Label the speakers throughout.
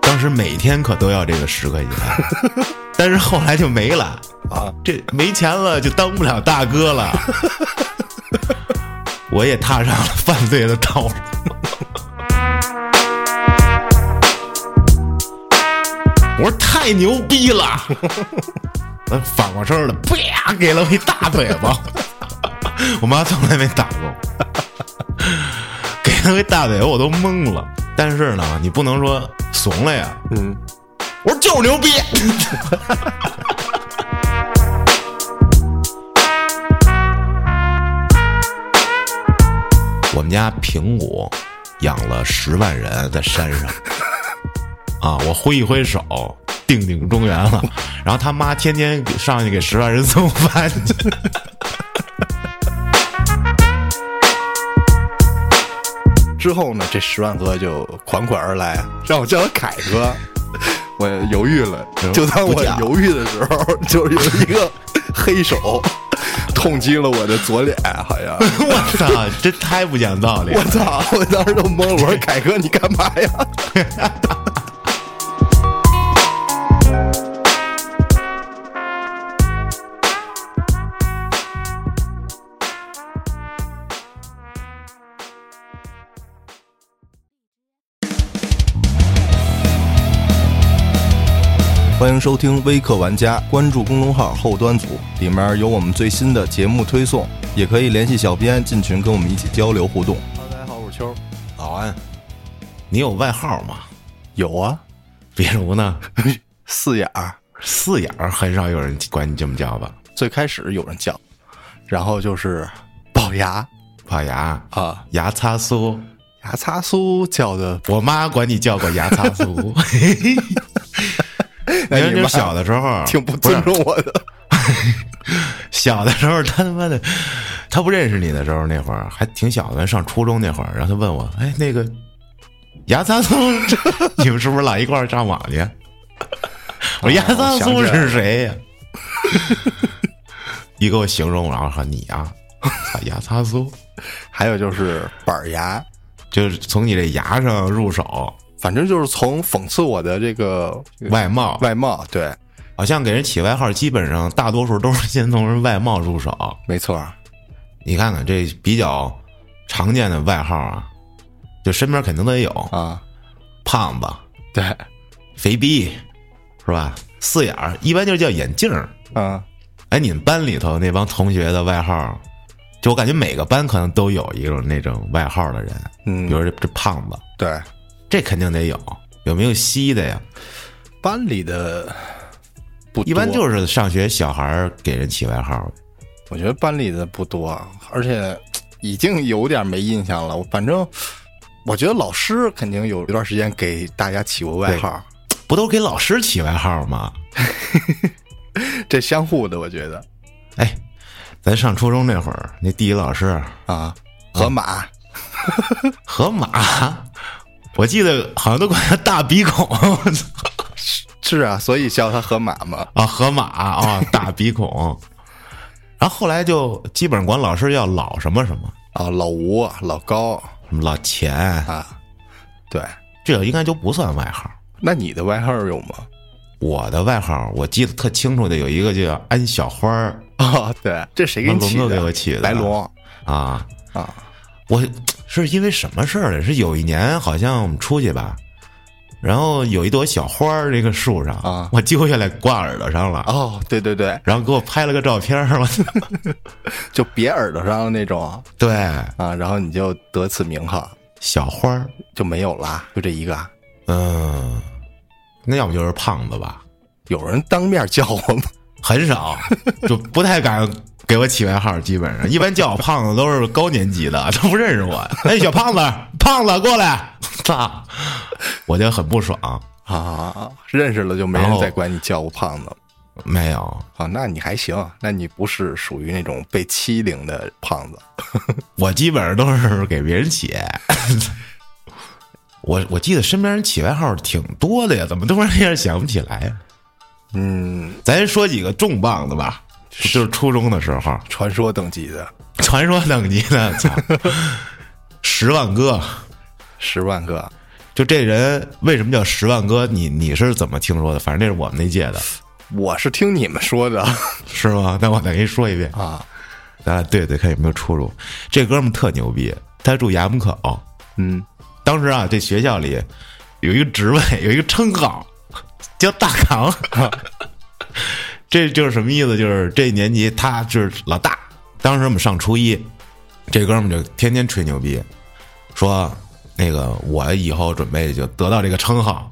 Speaker 1: 当时每天可都要这个十块钱，但是后来就没了
Speaker 2: 啊，
Speaker 1: 这没钱了就当不了大哥了。我也踏上了犯罪的道路。我说太牛逼了，我反过身了，啪给了我一大嘴巴。我妈从来没打过我， 给了我一大嘴巴，我都懵了。但是呢，你不能说怂了呀。
Speaker 2: 嗯，
Speaker 1: 我说就是牛逼。 我们家平谷养了十万人在山上，啊，我挥一挥手，定鼎中原了。然后他妈天天给上去给十万人送饭去。
Speaker 2: 之后呢，这十万哥就款款而来，让我叫他凯哥。 嗯我犹豫了，就当我
Speaker 1: 不讲
Speaker 2: 犹豫的时候，就是有一个黑手痛击了我的左脸，好像。
Speaker 1: 我操，这太不讲道理
Speaker 2: 我
Speaker 1: 了！
Speaker 2: 操！ 我当时都懵了，我说凯哥你干嘛呀？ 欢迎收听微客玩家，关注公众号后端组，里面有我们最新的节目推送，也可以联系小编进群跟我们一起交流互动。大家好，我是秋。
Speaker 1: 老安，你有外号吗？
Speaker 2: 有啊，
Speaker 1: 比如呢，
Speaker 2: 四眼儿
Speaker 1: 四眼儿很少有人管你这么叫吧？
Speaker 2: 最开始有人叫，然后就是龅牙
Speaker 1: 龅牙、
Speaker 2: 啊，
Speaker 1: 牙擦酥，
Speaker 2: 牙擦酥叫的。
Speaker 1: 我妈管你叫过牙擦酥。 你看，
Speaker 2: 哎你
Speaker 1: 这
Speaker 2: 妈
Speaker 1: 小的时候
Speaker 2: 挺啊不尊
Speaker 1: 是
Speaker 2: 重我的，
Speaker 1: 小的时候，他他妈的，他不认识你的时候，那会儿还挺小的，上初中那会儿，然后他问我，哎，那个牙擦酥， 你们是不是老一块儿上网
Speaker 2: 啊
Speaker 1: 去？我说牙擦酥是谁呀、 一给我形容，然后说你呀、啊，牙擦酥，
Speaker 2: 还有就是板儿牙，
Speaker 1: 就是从你这牙上入手，
Speaker 2: 反正就是从讽刺我的这个
Speaker 1: 外貌，
Speaker 2: 外貌，对，
Speaker 1: 好像给人起外号，基本上大多数都是先从人外貌入手。
Speaker 2: 没错儿，
Speaker 1: 你看看这比较常见的外号啊，就身边肯定都也有，
Speaker 2: 啊，
Speaker 1: 胖子、
Speaker 2: 对，
Speaker 1: 肥逼，是吧？四眼儿，一般就是叫眼镜儿。
Speaker 2: 啊，
Speaker 1: 哎，你们班里头那帮同学的外号，就我感觉每个班可能都有一种那种外号的人，比
Speaker 2: 嗯，
Speaker 1: 如这这胖子，
Speaker 2: 对，
Speaker 1: 这肯定得有。有没有吸的呀？
Speaker 2: 班里的不多，
Speaker 1: 一般就是上学小孩儿给人起外号，
Speaker 2: 我觉得班里的不多，而且已经有点没印象了。我反正我觉得老师肯定有一段时间给大家起过外号，
Speaker 1: 不都给老师起外号吗？
Speaker 2: 这相互的，我觉得
Speaker 1: 哎，咱上初中那会儿，那地理老师
Speaker 2: 啊，河马、
Speaker 1: 河马，我记得好像都管他大鼻孔
Speaker 2: 是啊，所以叫他河马嘛。
Speaker 1: 啊，河马啊、大鼻孔。然后后来就基本上管老师叫老什么什么，
Speaker 2: 啊，老吴、老高
Speaker 1: 什么老钱，
Speaker 2: 啊，对，
Speaker 1: 这应该就不算外号。
Speaker 2: 那你的外号有吗？
Speaker 1: 我的外号我记得特清楚的，有一个就叫安小花儿
Speaker 2: 啊，对，这谁给你起
Speaker 1: 那龙哥
Speaker 2: 的？
Speaker 1: 给我起的
Speaker 2: 白龙
Speaker 1: 啊，
Speaker 2: 啊，
Speaker 1: 我是因为什么事儿呢？是有一年好像我们出去吧，然后有一朵小花儿，这个树上
Speaker 2: 啊
Speaker 1: 我揪下来挂耳朵上了，
Speaker 2: 哦，对对对，
Speaker 1: 然后给我拍了个照片儿，我操！
Speaker 2: 就别耳朵上的那种
Speaker 1: 对，
Speaker 2: 啊，然后你就得此名号，
Speaker 1: 小花儿，
Speaker 2: 就没有啦，就这一个啊。
Speaker 1: 嗯，那要不就是胖子吧，
Speaker 2: 有人当面叫我吗？
Speaker 1: 很少，就不太敢给我起外号，基本上一般叫我胖子都是高年级的，都不认识我。哎，小胖子，胖子过来， 操！我就很不爽。
Speaker 2: 啊，认识了就没人再管你叫我胖子
Speaker 1: 没有，
Speaker 2: 啊，那你还行，那你不是属于那种被欺凌的胖子。
Speaker 1: 我基本上都是 给别人起。我我记得身边人起外号挺多的呀，怎么突然一下想不起来呀？
Speaker 2: 嗯，
Speaker 1: 咱说几个重磅的吧，就是初中的时候，
Speaker 2: 传说等级的
Speaker 1: 传说等级的，操，十万哥，
Speaker 2: 十万个，
Speaker 1: 就这人为什么叫十万哥？你你是怎么听说的？反正那是我们那届的，
Speaker 2: 我是听你们说的
Speaker 1: 是吗？那我再给你说一遍，
Speaker 2: 啊。
Speaker 1: 咱俩对对看有没有出入。这哥们儿特牛逼，他住衙门口。
Speaker 2: 嗯，
Speaker 1: 当时啊，这学校里有一个职位，有一个称号叫大扛。 这就是什么意思？就是这年级他就是老大。当时我们上初一，这哥们儿就天天吹牛逼，说那个我以后准备就得到这个称号，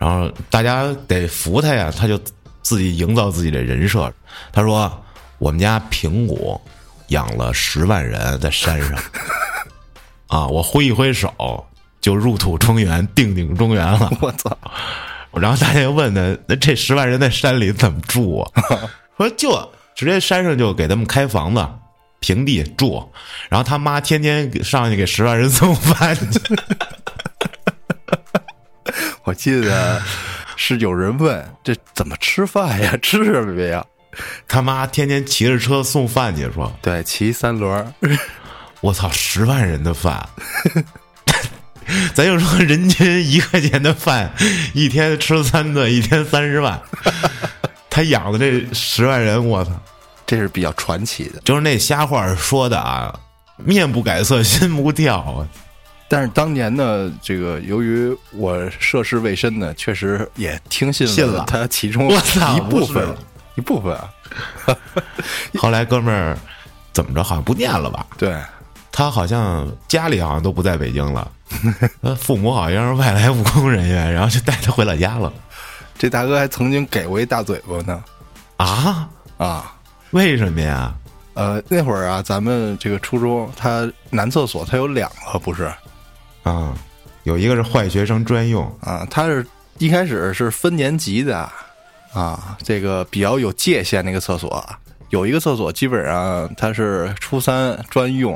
Speaker 1: 然后大家得服他呀，他就自己营造自己的人设。他说我们家平谷养了十万人在山上，啊，我挥一挥手就入土中原， 定鼎中原了。
Speaker 2: 我操，
Speaker 1: 然后大家又问他，那这十万人在山里怎么住啊？说就直接山上就给他们开房子，平地住。然后他妈天天给上去给十万人送饭去。
Speaker 2: 我记得是有人问这怎么吃饭呀？吃什么呀？
Speaker 1: 他妈天天骑着车送饭去，说
Speaker 2: 对，骑三轮儿，
Speaker 1: 我操，十万人的饭。 咱就说人均一块钱的饭，一天吃三顿，一天三十万。 他养的这十万人，我操！
Speaker 2: 这是比较传奇的。
Speaker 1: 就是那瞎话说的啊，面不改色心不跳啊。
Speaker 2: 但是当年呢，这个由于我涉世未深呢，确实也听信
Speaker 1: 信
Speaker 2: 了
Speaker 1: 了
Speaker 2: 他其中
Speaker 1: 我操
Speaker 2: 一部分
Speaker 1: 不是，
Speaker 2: 一部分啊，
Speaker 1: 后来哥们儿怎么着，好像不念了吧？
Speaker 2: 对，
Speaker 1: 他好像家里好像都不在北京 了，呃父母好像是外来务工人员，然后就带他回老家了。
Speaker 2: 这大哥还曾经给过一大嘴巴呢
Speaker 1: 啊？
Speaker 2: 啊。
Speaker 1: 为什么呀？
Speaker 2: 呃，那会儿啊，咱们这个初中，他男厕所他有两个，不是
Speaker 1: 啊，有一个是坏学生专用，
Speaker 2: 啊，他是一开始是分年级的啊，这个比较有界限那个厕所，啊有一个厕所基本上它是初三专用，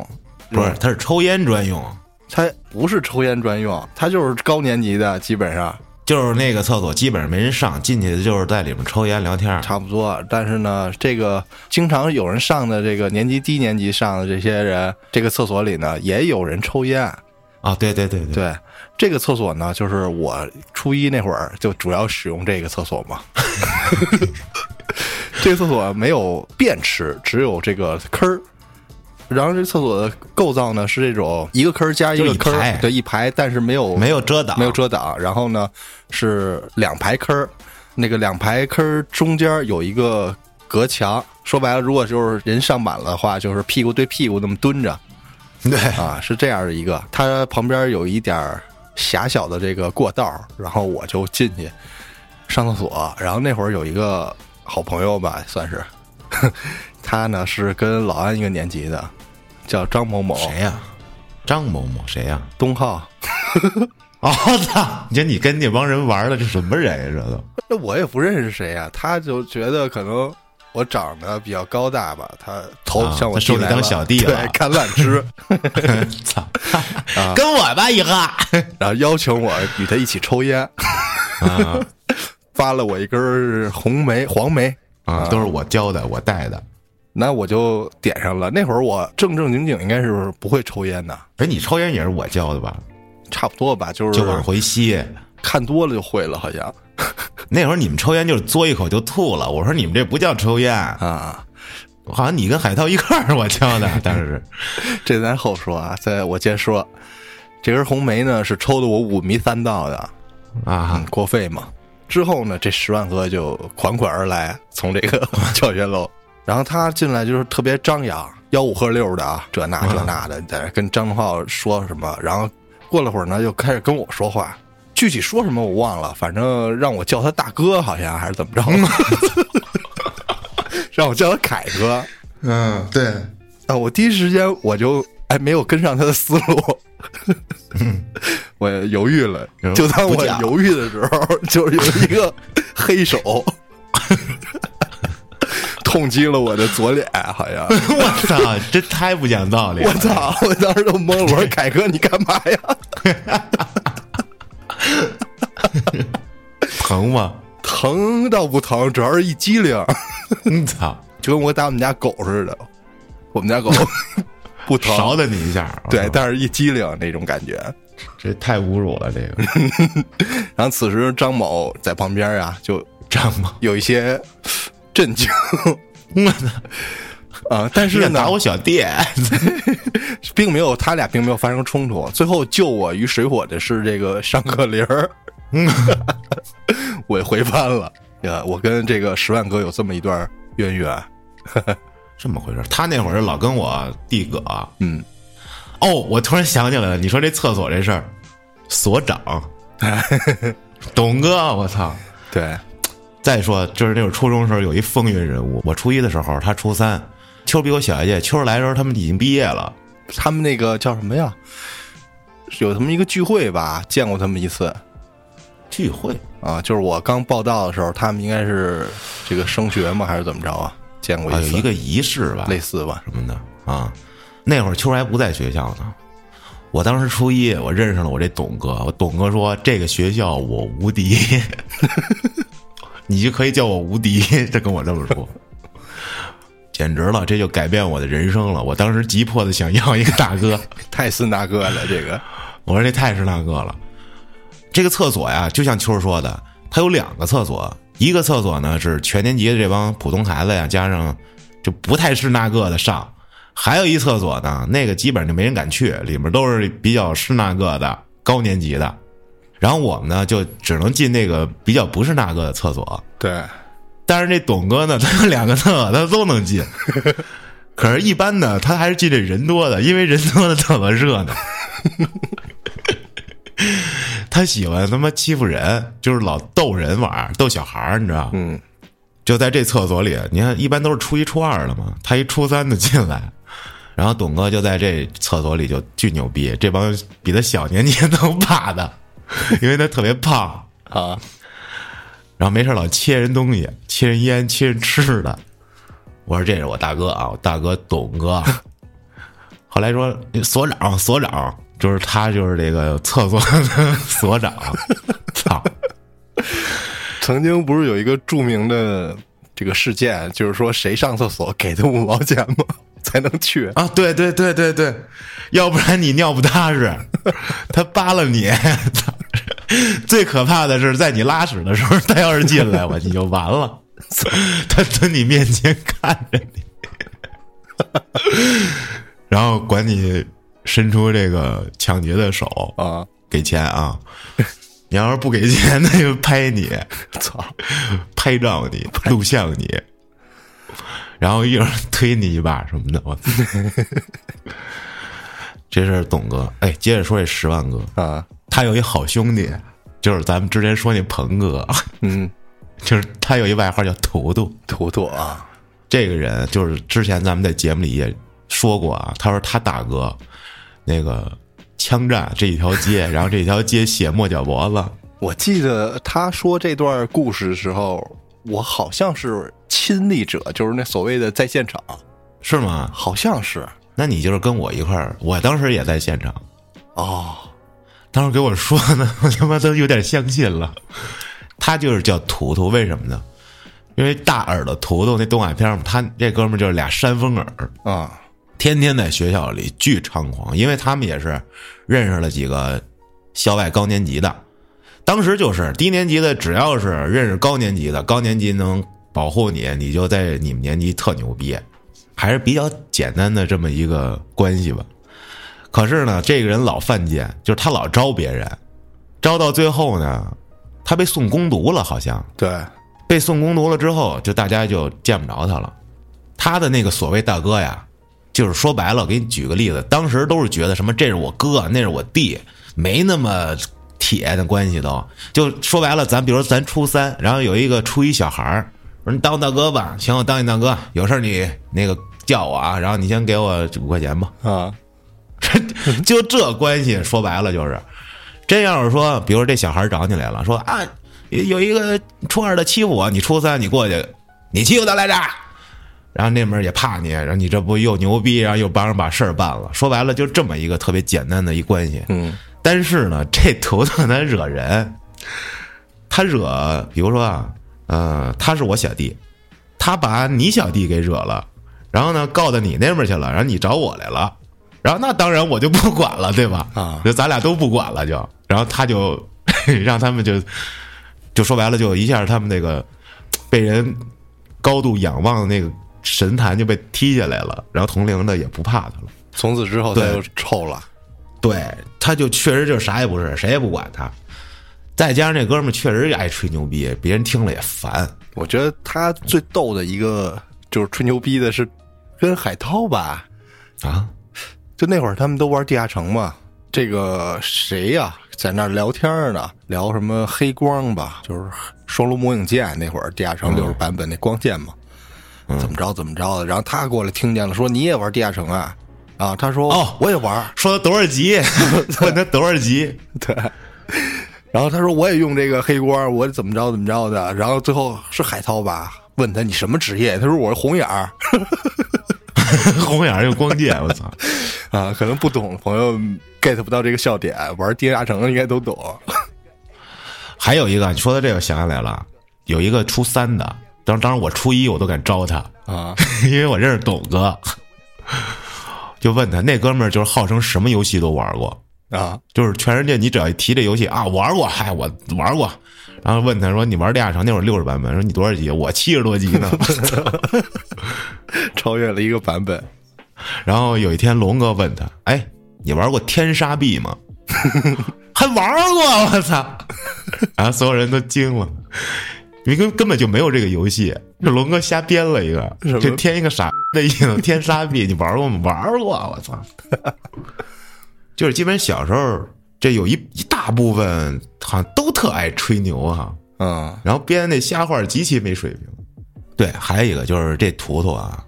Speaker 1: 不
Speaker 2: 嗯
Speaker 1: 是，他是抽烟专用，
Speaker 2: 它不是抽烟专用，它就是高年级的，基本上
Speaker 1: 就是那个厕所基本上没人上，进去的就是在里面抽烟聊天儿。
Speaker 2: 差不多。但是呢，这个经常有人上的这个年级低年级上的这些人，这个厕所里呢也有人抽烟，
Speaker 1: 啊，对对对对，
Speaker 2: 对，这个厕所呢，就是我初一那会儿就主要使用这个厕所嘛。 这个厕所没有便池，只有这个坑儿。然后这厕所的构造呢是这种一个坑儿加一
Speaker 1: 就
Speaker 2: 个
Speaker 1: 一
Speaker 2: 坑
Speaker 1: 排
Speaker 2: 儿，对，一排，但是没有
Speaker 1: 没有遮挡，
Speaker 2: 没有遮挡。然后呢是两排坑儿，那个两排坑儿中间有一个隔墙。说白了，如果就是人上满了的话，就是屁股对屁股那么蹲着，
Speaker 1: 对，
Speaker 2: 啊，是这样的一个，它旁边有一点儿狭小的这个过道，然后我就进去上厕所，然后那会儿有一个好朋友吧，算是， 他呢是跟老安一个年级的，叫张某某，
Speaker 1: 谁呀？张某某谁呀？
Speaker 2: 东浩，
Speaker 1: 哦，操！你说你跟那帮人玩了，这什么人呀？这都
Speaker 2: 那我也不认识谁呀、他就觉得可能。我长得比较高大吧，他头
Speaker 1: 啊
Speaker 2: 向我
Speaker 1: 他收
Speaker 2: 递
Speaker 1: 你
Speaker 2: 来
Speaker 1: 当
Speaker 2: 了
Speaker 1: 小弟
Speaker 2: 对
Speaker 1: 了
Speaker 2: 橄榄 枝，
Speaker 1: 操，跟我吧，以后。
Speaker 2: 然后邀请我与他一起抽烟，
Speaker 1: 啊
Speaker 2: 发了我一根儿红梅、黄梅，
Speaker 1: 啊，都是我教的，我带的。
Speaker 2: 那我就点上了。那会儿我正正经经应该是不会抽烟的，
Speaker 1: 哎，你抽烟也是我教的吧？
Speaker 2: 差不多吧，就是
Speaker 1: 就往回吸。
Speaker 2: 看多了就会了，好像
Speaker 1: 那会儿你们抽烟就是嘬一口就吐了，我说你们这不叫抽烟，
Speaker 2: 啊，
Speaker 1: 好像你跟海涛一块儿我教的，当时
Speaker 2: 这咱后说啊。再我接着说，这根红梅呢是抽的我五迷三道的，
Speaker 1: 啊
Speaker 2: 嗯，过肺嘛。之后呢，这十万哥就款款而来，从这个教学楼。然后他进来就是特别张扬，吆五喝六的啊，这那这那的，在那跟张东浩说什么。然后过了会儿呢，又开始跟我说话，具体说什么我忘了，反正让我叫他大哥，好像还是怎么着，让我叫他凯哥。
Speaker 1: 嗯，对，
Speaker 2: 啊，我第一时间我就哎没有跟上他的思路， 我犹豫了。
Speaker 1: 嗯
Speaker 2: 就当
Speaker 1: 不
Speaker 2: 我
Speaker 1: 讲
Speaker 2: 犹豫的时候，就是有一个黑手痛击了我的左脸，好像。
Speaker 1: 我操，这太不讲道理
Speaker 2: 我
Speaker 1: 了，
Speaker 2: 操！我当时都懵了，我说：“凯哥，你干嘛呀？
Speaker 1: 疼吗？
Speaker 2: 疼倒不疼，主要是一激灵，
Speaker 1: 嗯，操，
Speaker 2: 就跟我打我们家狗似的。我们家狗不不疼，
Speaker 1: 勺的你一下，哦
Speaker 2: 对，但是一激灵那种感觉。
Speaker 1: 这太侮辱了，这 个
Speaker 2: 然后此时张某在旁边啊，就
Speaker 1: 张某，
Speaker 2: 有一些 震惊啊，但
Speaker 1: 你
Speaker 2: 是
Speaker 1: 敢
Speaker 2: 呢
Speaker 1: 打，我小弟？
Speaker 2: 并没有他俩并没有发生冲突。最后救我于水火的是这个尚克林儿，
Speaker 1: 嗯
Speaker 2: 我回翻了。呃，我跟这个十万哥有这么一段渊源，
Speaker 1: 这么回事儿？他那会儿老跟我弟葛，
Speaker 2: 嗯，
Speaker 1: 哦，我突然想起来了，你说这厕所这事儿，所 长，董哥，我操！
Speaker 2: 对，
Speaker 1: 再说，就是那会儿初中时候有一风云人物，我初一的时候，他初三，秋儿比我小一届，秋儿来的时候他们已经毕业了，
Speaker 2: 他们那个叫什么呀？有他们一个聚会吧，见过他们一次
Speaker 1: 聚会
Speaker 2: 啊，就是我刚报道的时候，他们应该是这个升学嘛，还是怎么着啊？见过
Speaker 1: 啊，
Speaker 2: 一
Speaker 1: 有
Speaker 2: 次，
Speaker 1: 一个仪式吧，
Speaker 2: 类似吧？
Speaker 1: 什么的啊。那会儿秋儿还不在学校呢，我当时初一，我认识了我这董哥，我董哥说这个学校我无敌， 你就可以叫我无敌，他跟我这么说。简直了，这就改变我的人生了。我当时急迫的想要一个大哥，
Speaker 2: 泰森大哥了，这个
Speaker 1: 我说这太是那个了。这个厕所呀，就像秋儿说的，它有两个厕所，一个厕所呢是全年级的这帮普通孩子呀，加上就不太是那个的上，还有一厕所呢，那个基本上就没人敢去，里面都是比较是那个的高年级的。然后我们呢，就只能进那个比较不是那个的厕所。
Speaker 2: 对，
Speaker 1: 但是这董哥呢，他有两个厕所他都能进，可是，一般呢，他还是进这人多的，因为人多的厕所热闹。他喜欢他妈欺负人，就是老逗人玩儿，逗小孩儿，你知道？
Speaker 2: 嗯，
Speaker 1: 就在这厕所里，你看，一般都是初一、初二的嘛，他一初三的进来，然后董哥就在这厕所里就巨牛逼，这帮比他小年纪都怕他，因为他特别胖，
Speaker 2: 啊，
Speaker 1: 然后没事儿老切人东西，切人烟，切人吃的。我说这是我大哥啊，我大哥董哥。啊 后来说所长，所长就是他，就是这个厕所的 所长。操！
Speaker 2: 曾经不是有一个著名的这个事件，就是说谁上厕所给他五毛钱吗？才能去？
Speaker 1: 啊，对对对对对，要不然你尿不踏实，他扒拉你。 操最可怕的是，在你拉屎的时候，他要是进来，我你就完了。他蹲你面前看着你， 然后管你伸出这个抢劫的手，
Speaker 2: 啊，
Speaker 1: 给钱啊！你要是不给钱，他就拍你。
Speaker 2: 操！
Speaker 1: 拍照你、录像你，然后一会儿推你一把什么的， 我操！这是董哥，哎，接着说这十万哥，
Speaker 2: 啊，
Speaker 1: 他有一好兄弟，就是咱们之前说那鹏哥，
Speaker 2: 嗯，
Speaker 1: 就是他有一外号叫图图。
Speaker 2: 图图啊，
Speaker 1: 这个人就是之前咱们在节目里也说过啊，他说他大哥那个枪战这一条街，然后这条街血沫脚脖子，
Speaker 2: 我记得他说这段故事的时候，我好像是亲历者，就是那所谓的在现场，
Speaker 1: 是 吗？
Speaker 2: 好像是
Speaker 1: 那你就是跟我一块儿，我当时也在现场。
Speaker 2: 哦，
Speaker 1: 当时给我说呢，我他妈都有点相信了。他就是叫图图，为什么呢？因为大耳朵图图那动画片嘛，他这哥们儿就是俩山峰耳，
Speaker 2: 啊，
Speaker 1: 天天在学校里巨猖狂，因为他们也是认识了几个校外高年级的。当时就是低年级的，只要是认识高年级的，高年级能保护你，你就在你们年级特牛逼，还是比较简单的这么一个关系吧。可是呢，这个人老犯贱，就是他老招别人，招到最后呢，他被送攻读了，好像
Speaker 2: 对，
Speaker 1: 被送公读了之后，就大家就见不着他了。他的那个所谓大哥呀，就是说白了，我给你举个例子，当时都是觉得什么这是我哥，那是我弟，没那么铁的关系都。就说白了，咱比如咱初三，然后有一个初一小孩儿，说你当我大哥吧，行，我当你大哥，有事儿你那个叫我啊，然后你先给我五块钱吧。
Speaker 2: 啊，
Speaker 1: 就这关系，说白了就是，真要是说，比如这小孩找你来了，说啊，有一个初二的欺负我，你初三你过去，你欺负他来着，然后那门也怕你，然后你这不又牛逼，然后又帮人把事儿办了。说白了，就这么一个特别简单的一关系。
Speaker 2: 嗯，
Speaker 1: 但是呢，这图图他惹人，他惹，比如说啊，呃，他是我小弟，他把你小弟给惹了，然后呢告到你那边去了，然后你找我来了，然后那当然我就不管了，对吧？
Speaker 2: 啊
Speaker 1: 就咱俩都不管了就，然后他就 让他们就就说白了，就一下他们那个被人高度仰望的那个神坛就被踢下来了，然后同龄的也不怕他了。
Speaker 2: 从此之后他
Speaker 1: 对
Speaker 2: 就臭了，
Speaker 1: 对，他就确实就啥也不是，谁也不管他。再加上这哥们儿确实爱吹牛逼，别人听了也烦。
Speaker 2: 我觉得他最逗的一个就是吹牛逼的是跟海涛吧，
Speaker 1: 啊，
Speaker 2: 就那会儿他们都玩地下城嘛。这个谁呀、在那儿聊天儿呢，聊什么黑光吧，就是双炉魔影剑那会儿地下城六十版本那光剑嘛，怎么着怎么着的。然后他过来听见了，说你也玩地下城啊？啊，他说
Speaker 1: 哦
Speaker 2: 我也玩。
Speaker 1: 说多少集？ 问他多少集？
Speaker 2: 对。然后他说我也用这个黑光，我怎么着怎么着的。然后最后是海涛吧，问他你什么职业？他说我是红眼儿
Speaker 1: 红眼儿又光剑， 我操！
Speaker 2: 啊，可能不懂的朋友 get 不到这个笑点，玩地下城的应该都懂。
Speaker 1: 还有一个，你说到这个想起来了，有一个初三的，当当时我初一我都敢招他，
Speaker 2: 啊，
Speaker 1: 因为我认识董哥，就问他那哥们儿就是号称什么游戏都玩过，
Speaker 2: 啊，
Speaker 1: 就是全世界你只要一提这游戏啊玩过，嗨、我玩过，然后问他说你玩地下城那会儿六十版本，说你多少级？我七十多级呢。
Speaker 2: 超越了一个版本。
Speaker 1: 然后有一天龙哥问他，哎，你玩过天杀币吗？ 还玩过，我操！ 然后所有人都惊了，因为根根本就没有这个游戏，是龙哥瞎编了一个，
Speaker 2: 什么
Speaker 1: 就添一个傻的意思。天杀币，你玩过吗？玩过，我操！ 就是基本小时候，这有一一大部分好像都特爱吹牛哈、
Speaker 2: 嗯，
Speaker 1: 然后编的那瞎话极其没水平。对，还有一个就是这图图啊，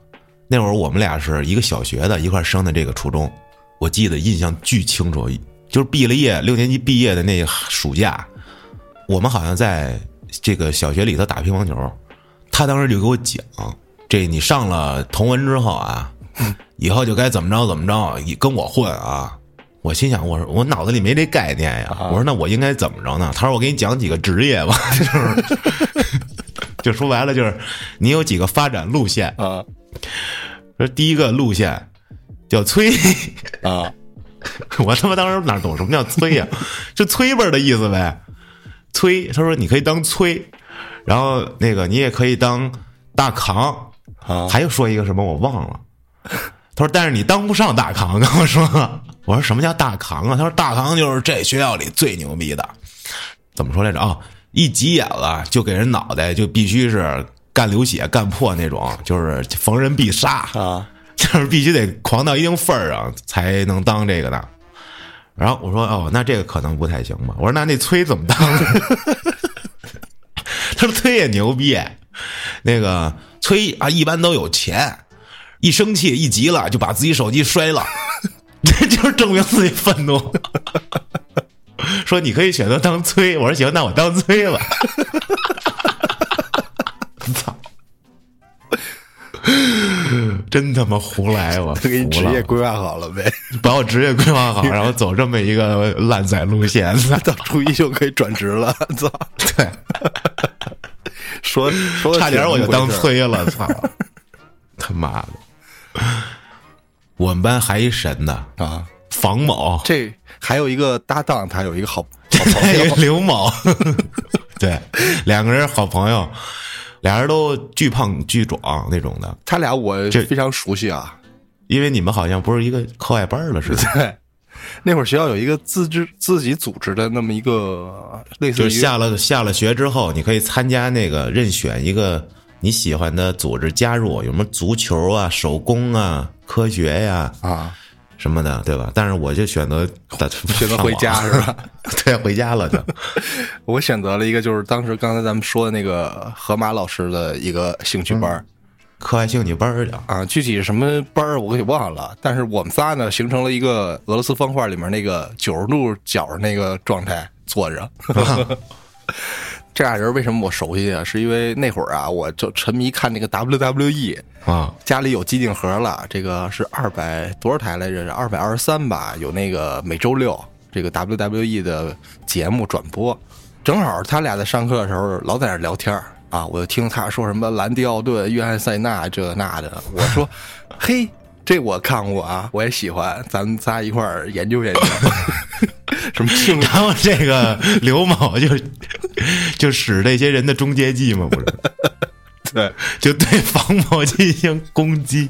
Speaker 1: 那会儿我们俩是一个小学的，一块儿升的这个初中，我记得印象巨清楚，就是毕了业六年级毕业的那个暑假，我们好像在这个小学里头打乒乓球，他当时就给我讲，这你上了同文之后啊，以后就该怎么着怎么着，你跟我混啊。我心想，我说我脑子里没这概念呀。我说那我应该怎么着呢？他说我给你讲几个职业吧，就是，就说白了就是，你有几个发展路线。
Speaker 2: 啊
Speaker 1: 说第一个路线叫催，
Speaker 2: 啊，
Speaker 1: 我他妈当时哪懂什么叫催呀、就催辈儿的意思呗。催，他说你可以当催，然后那个你也可以当大扛，
Speaker 2: 啊
Speaker 1: 还有说一个什么我忘了。他说：“但是你当不上大扛。”跟我说：“我说什么叫大扛啊？”他说：“大扛就是这学校里最牛逼的，怎么说来着？哦，一急眼了就给人脑袋就必须是干流血、干破那种，就是逢人必杀。
Speaker 2: 啊
Speaker 1: 就是必须得狂到一定份儿上才能当这个的。然后我说哦，那这个可能不太行吧。我说那那崔怎么当？ 他说崔也牛逼，那个崔啊一般都有钱，一生气一急了就把自己手机摔了， 这就是证明自己愤怒。 说你可以选择当崔，我说行，那我当崔吧。 操！真他妈胡来！我
Speaker 2: 他给你
Speaker 1: 服
Speaker 2: 职
Speaker 1: 了
Speaker 2: 业规划好了呗，
Speaker 1: 把我职业规划好， 然后走这么一个烂仔路 线。
Speaker 2: 到初一就可以转职了。操，
Speaker 1: 对，
Speaker 2: 说说
Speaker 1: 差点我就当
Speaker 2: 催。
Speaker 1: 催了，操！ 他妈的！我们班还一神呢，
Speaker 2: 啊。
Speaker 1: 房 某，
Speaker 2: 这还有一个搭档，他有一个好好
Speaker 1: 还
Speaker 2: 朋
Speaker 1: 有一
Speaker 2: 友
Speaker 1: 个 刘某，对，两个人好朋友，俩人都巨胖巨壮那种的。
Speaker 2: 他俩我
Speaker 1: 这
Speaker 2: 非常熟悉啊。
Speaker 1: 因为你们好像不是一个课外班了似的，
Speaker 2: 对，那会儿学校有一个自治自己组织的那么一个类似
Speaker 1: 就
Speaker 2: 于
Speaker 1: 是下了下了学之后，你可以参加那个任选一个你喜欢的组织加入，有什么足球啊、手工啊、科学呀、
Speaker 2: 啊，
Speaker 1: 什么的，对吧？但是我就选 择选
Speaker 2: 选择回家是吧？
Speaker 1: 对，回家了就。
Speaker 2: 我选择了一个就是当时刚才咱们说的那个河马老师的一个兴趣班儿、
Speaker 1: 课外兴趣班儿去，
Speaker 2: 啊，具体是什么班儿我给忘了，但是我们仨呢形成了一个俄罗斯方块里面那个九十度角儿那个状态坐着。这俩人为什么我熟悉啊？是因为那会儿啊，我就沉迷看那个 E WWE，
Speaker 1: 啊
Speaker 2: 家里有机顶盒了，这个是二百多少台来着？二百二十三吧，有那个每周六这个 WWE 的节目转播，正好他俩在上课的时候老在那聊天儿啊，我就听他说什么兰迪奥顿、约翰塞纳这那的，我说嘿。这我看过啊，我也喜欢，咱们仨一块儿研究研究。什么庆
Speaker 1: 然后这个刘某就 就使这些人的终结技嘛，不是，
Speaker 2: 对，
Speaker 1: 就 对房某进行攻击。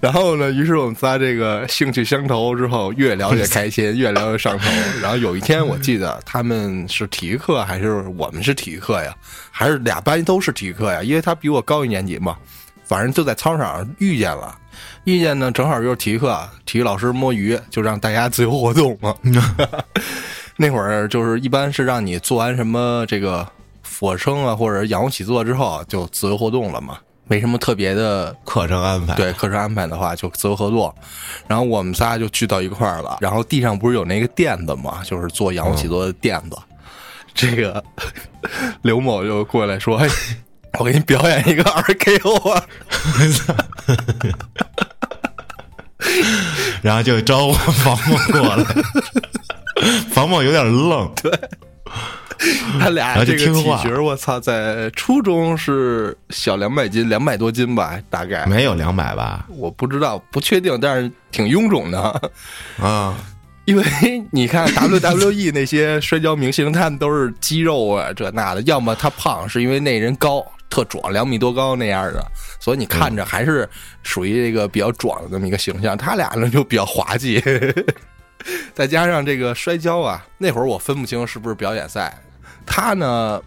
Speaker 2: 然后呢，于是我们仨这个兴趣相投之后，越聊越开心，越聊越上头。然后有一天，我记得他们是体育课还是我们是体育课呀？还是俩班都是体育课呀？因为他比我高一年级嘛，反正就在操场上遇见了。遇见呢，正好就是体育课，体育老师摸鱼，就让大家自由活动嘛。那会儿就是一般是让你做完什么这个俯卧撑啊，或者仰卧起坐之后啊就自由活动了嘛，没什么特别的
Speaker 1: 课程安排，
Speaker 2: 对课程安排的话，就自由合作。然后我们仨就聚到一块儿了。然后地上不是有那个垫子嘛，就是做仰卧起坐的垫子。这个刘某就过来说：“哎，我给你表演一个 RKO 啊
Speaker 1: 然后就招呼房某过 来。房某有点愣，！”
Speaker 2: 他
Speaker 1: 嗯
Speaker 2: 俩这个
Speaker 1: 然后就
Speaker 2: 体
Speaker 1: 听话
Speaker 2: 型，我操，在初中是小两百斤，两百多斤吧，大概。
Speaker 1: 没有两百吧？
Speaker 2: 我不知道，不确定，但是挺臃肿的。
Speaker 1: 啊，
Speaker 2: 因为你看 WWE 那些摔跤明星，他们都是肌肉啊这那的，要么他胖是因为那人高特壮，两米多高那样的，所以你看着还是属于这个比较壮的这么一个形象。他俩呢就比较滑稽， 再加上这个摔跤啊，那会儿我分不清是不是表演赛，他呢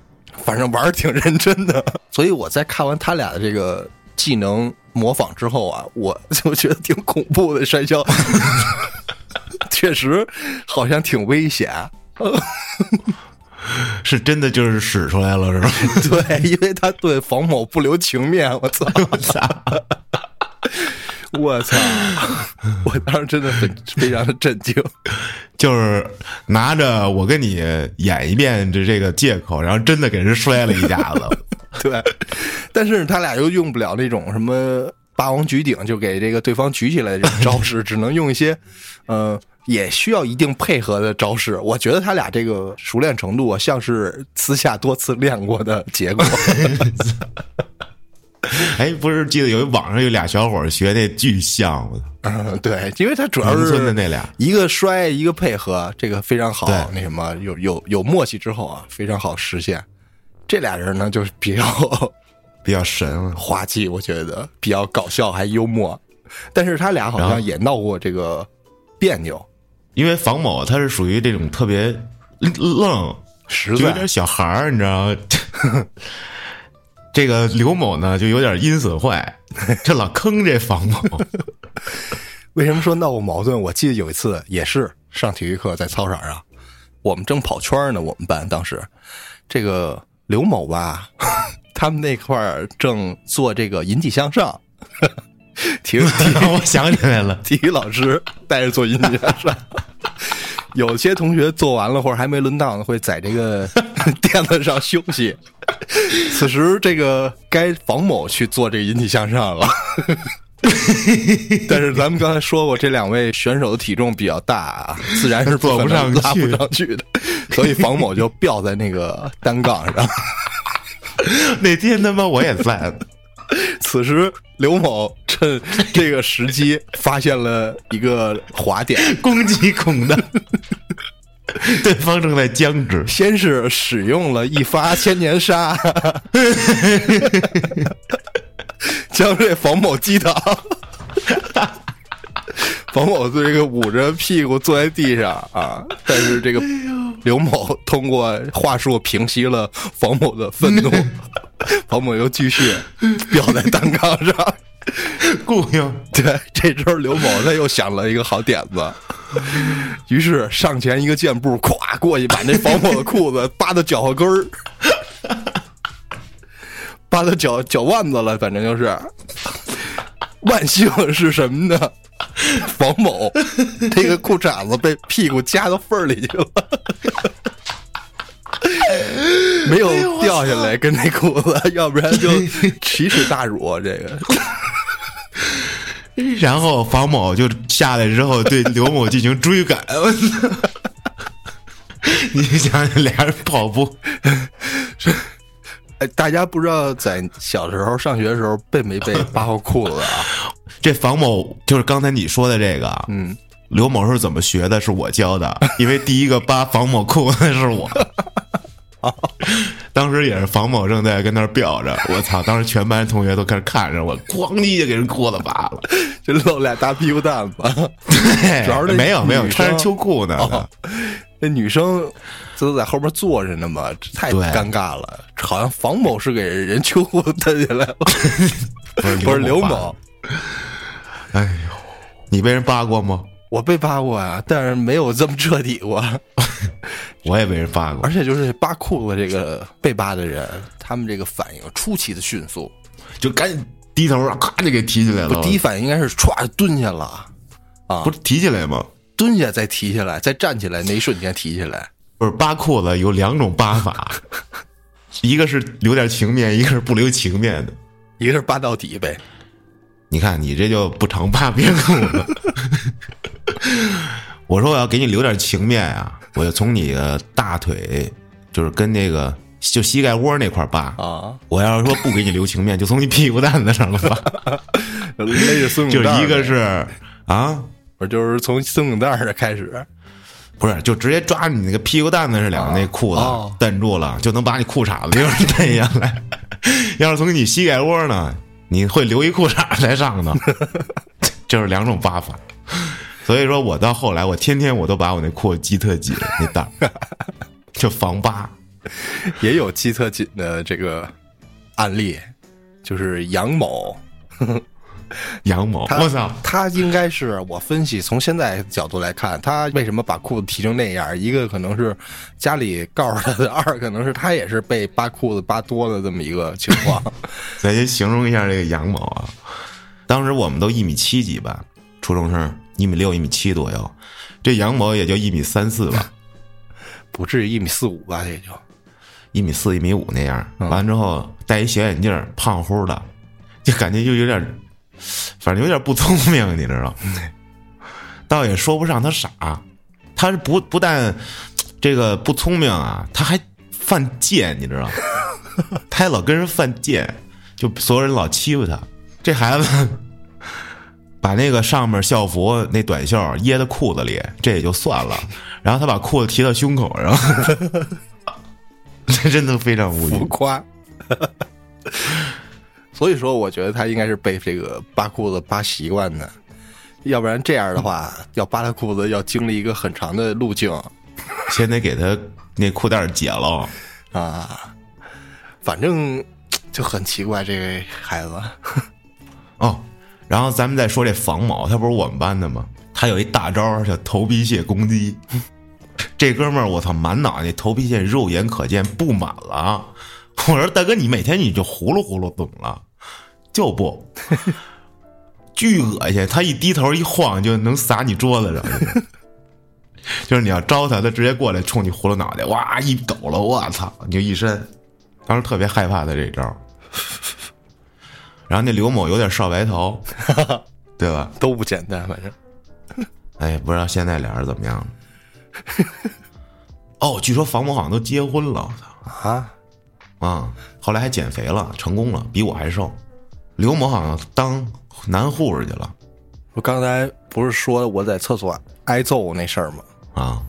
Speaker 2: 反正玩儿挺认真的， 所以我在看完他俩的这个技能模仿之后啊，我 就觉得挺恐怖的摔跤。 确实好像挺危险。
Speaker 1: 是真的就是使出来了是吗？
Speaker 2: 对，因为他对房某不留情面，我操！我操！我当时真的很非常的震惊。
Speaker 1: 就是拿着我跟你演一遍这这个借口，然后真的给人摔了一下子。
Speaker 2: 对，但是他俩又用不了那种什么霸王举鼎，就给这个对方举起来的这种招式，只能用一些，呃，也需要一定配合的招式。我觉得他俩这个熟练程度啊，像是私下多次练过的结果。
Speaker 1: 哎，不是记得有一网上有俩小伙儿学那巨像吗？
Speaker 2: 嗯，对，因为他主要
Speaker 1: 农
Speaker 2: 是
Speaker 1: 村的那俩
Speaker 2: 一个摔一个配合，这个非常好
Speaker 1: 对，
Speaker 2: 那什么有有有默契之后啊，非常好实现。这俩人呢，就是比较
Speaker 1: 比较神啊了。
Speaker 2: 滑稽，我觉得比较搞笑还幽默，但是他俩好
Speaker 1: 然后
Speaker 2: 像也闹过这个别扭，
Speaker 1: 因为房某他是属于这种特别愣，
Speaker 2: 实
Speaker 1: 就有点
Speaker 2: 在
Speaker 1: 小孩儿，你知道吗？ 这个刘某呢，就有点阴损 坏，这老坑这房某。
Speaker 2: 为什么说闹过矛盾？我记得有一次也是上体育课，在操场上，我们正跑圈呢，我们班当时这个刘某吧， 他们那块儿正做这个引体向上， 体育体
Speaker 1: 我想起来了，
Speaker 2: 体育老师带着做引体向 上。有些同学做完了或者还没轮到呢，会在这个 垫子上休息。此时，这个该房某去做这个引体向 上了。但是咱们刚才说过，这两位选手的体重比较大啊，自然是
Speaker 1: 做不
Speaker 2: 可能
Speaker 1: 上
Speaker 2: 拉
Speaker 1: 去
Speaker 2: 不上去的，所以房某就吊在那个单杠上。
Speaker 1: 那天他妈我也 在，
Speaker 2: 此时，刘某趁这个时机发现了一个滑点，
Speaker 1: 攻击孔的，对方正在僵直。
Speaker 2: 先是使用了一发千年杀， 将这冯某击倒。 冯某这个捂着屁股坐在地上啊，但是这个刘某通过话术平息了冯某的愤怒，冯某又继续吊在单杠上。
Speaker 1: 雇佣
Speaker 2: 对，这时候刘某他又想了一个好点子，于是上前一个箭步，咵过去把那防火的裤子扒到脚后跟儿，扒到脚脚腕子了，反正就是。万幸是什么呢？王某这个裤衩子被屁股夹到缝儿里去了，没有掉下来跟那裤子，要不然就奇耻大辱。啊这个
Speaker 1: 然后房某就下来之后 对刘某进行追赶，我操！你想想俩人跑步，
Speaker 2: 哎，大家不知道在小时候上学的时候背 没背扒过裤子啊？
Speaker 1: 这房某就是刚才你说的这个，啊
Speaker 2: 嗯，
Speaker 1: 刘某是怎么学的？是我教的，因为第一个扒房某裤子是 我。当时也是房某正在跟那儿吊着，我操！当时全班同学都开始看着我，咣一下给人裤子扒了。
Speaker 2: 就露俩大屁股蛋子。
Speaker 1: 对
Speaker 2: 主要是那
Speaker 1: 没有没有
Speaker 2: 女生
Speaker 1: 穿着秋裤呢，
Speaker 2: 哦那女生这都在后边坐着呢嘛，这太
Speaker 1: 对
Speaker 2: 尴尬了。好像房某是给人秋裤蹬下来了，
Speaker 1: 不是
Speaker 2: 不是刘
Speaker 1: 扒
Speaker 2: 某。。
Speaker 1: 哎呦，你被人扒过吗？
Speaker 2: 我被扒过呀，但是没有这么彻底过。
Speaker 1: 我也被人扒过
Speaker 2: 而，且就是扒裤子这个被扒的人，他们这个反应出奇的迅速，
Speaker 1: 就赶紧低头，咔就给提起来了。啊
Speaker 2: 我第一反应应该是歘就蹲下了，
Speaker 1: 不是提起来吗？
Speaker 2: 蹲下再提起来，再站起来那一瞬间提起来。
Speaker 1: 不是扒裤子有两种扒 法，一个是留点情面，一个是不留情面的。
Speaker 2: 一个是扒到底呗，
Speaker 1: 你看你这就不常扒别人裤子。 我说我要给你留点情面啊，我就从你的大腿，就是跟那个就膝盖窝那块儿扒。
Speaker 2: 啊，
Speaker 1: 我要是说不给你留情面，就从你屁股蛋子上了 扒。
Speaker 2: 勒着松
Speaker 1: 就
Speaker 2: 紧带儿呗，
Speaker 1: 一个是啊，
Speaker 2: 我就是从松紧带儿开始，
Speaker 1: 不是，就直接抓你那个屁股蛋子是两个那裤 子
Speaker 2: 哦
Speaker 1: 蹬住了，就能把你裤衩子就是蹬下来。 要是从你膝盖窝呢，你会留一裤衩在上头， 就是两种扒法。所以说我到后来，我天天我都把我那裤子系特紧，那带儿 就防扒。
Speaker 2: 也有鸡特紧的这个案例，就是杨某，
Speaker 1: 杨某，
Speaker 2: 他
Speaker 1: 我操，
Speaker 2: 他应该是我分析从现在角度来看，他为什么把裤子提成那样？一个可能是家里告诉他的， 二可能是他也是被扒裤子扒多了这么一个情况。
Speaker 1: 咱先形容一下这个杨某啊，当时我们都一米七几吧，初中生一米六、一米七左右，这杨某也就一米三四吧。
Speaker 2: 不至于一米四五吧，也就
Speaker 1: 一米四、一米五那样。完之后戴一小眼镜儿，胖乎的，就感觉就有点儿，反正有点不聪明，你知道？倒也说不上他傻，他是不不但这个不聪明啊，他还犯贱，你知道？他还老跟人犯贱，就所有人老欺负他。这孩子 把那个上面校服那短袖儿掖在裤子里，这也就算了。然后他把裤子提到胸口上， 这真的非常无
Speaker 2: 浮
Speaker 1: 语。
Speaker 2: 夸。 所以说，我觉得他应该是被这个扒裤子扒习惯的，要不然这样的话，要扒他裤子要经历一个很长的路径
Speaker 1: 先得给他那裤带儿解了。
Speaker 2: 啊。反正就很奇怪，这个孩子。
Speaker 1: 哦，然后咱们再说这房某，他不是我们班的吗？他有一大招儿叫头皮屑攻击。 这哥们儿，我操，满脑袋头皮屑，肉眼可见布满了。我说大哥，你每天你就呼噜呼噜怎么了？就不， 巨恶心。他一低头一晃就能撒你桌子上 去。就是你要招他，他直接过来冲你呼噜脑袋，哇一抖了，我操，你就一身。当时特别害怕他这招儿。然后那刘某有点少白头，对吧？
Speaker 2: 都不简单，反正
Speaker 1: 哎，不知道现在俩人怎么样了。哦，据说房某好像都结婚了，我操
Speaker 2: 啊，
Speaker 1: 啊！后来还减肥了，成功了，比我还瘦。刘某好像当男护士去了
Speaker 2: 我刚才不是说我在厕所挨揍那事儿吗？
Speaker 1: 啊，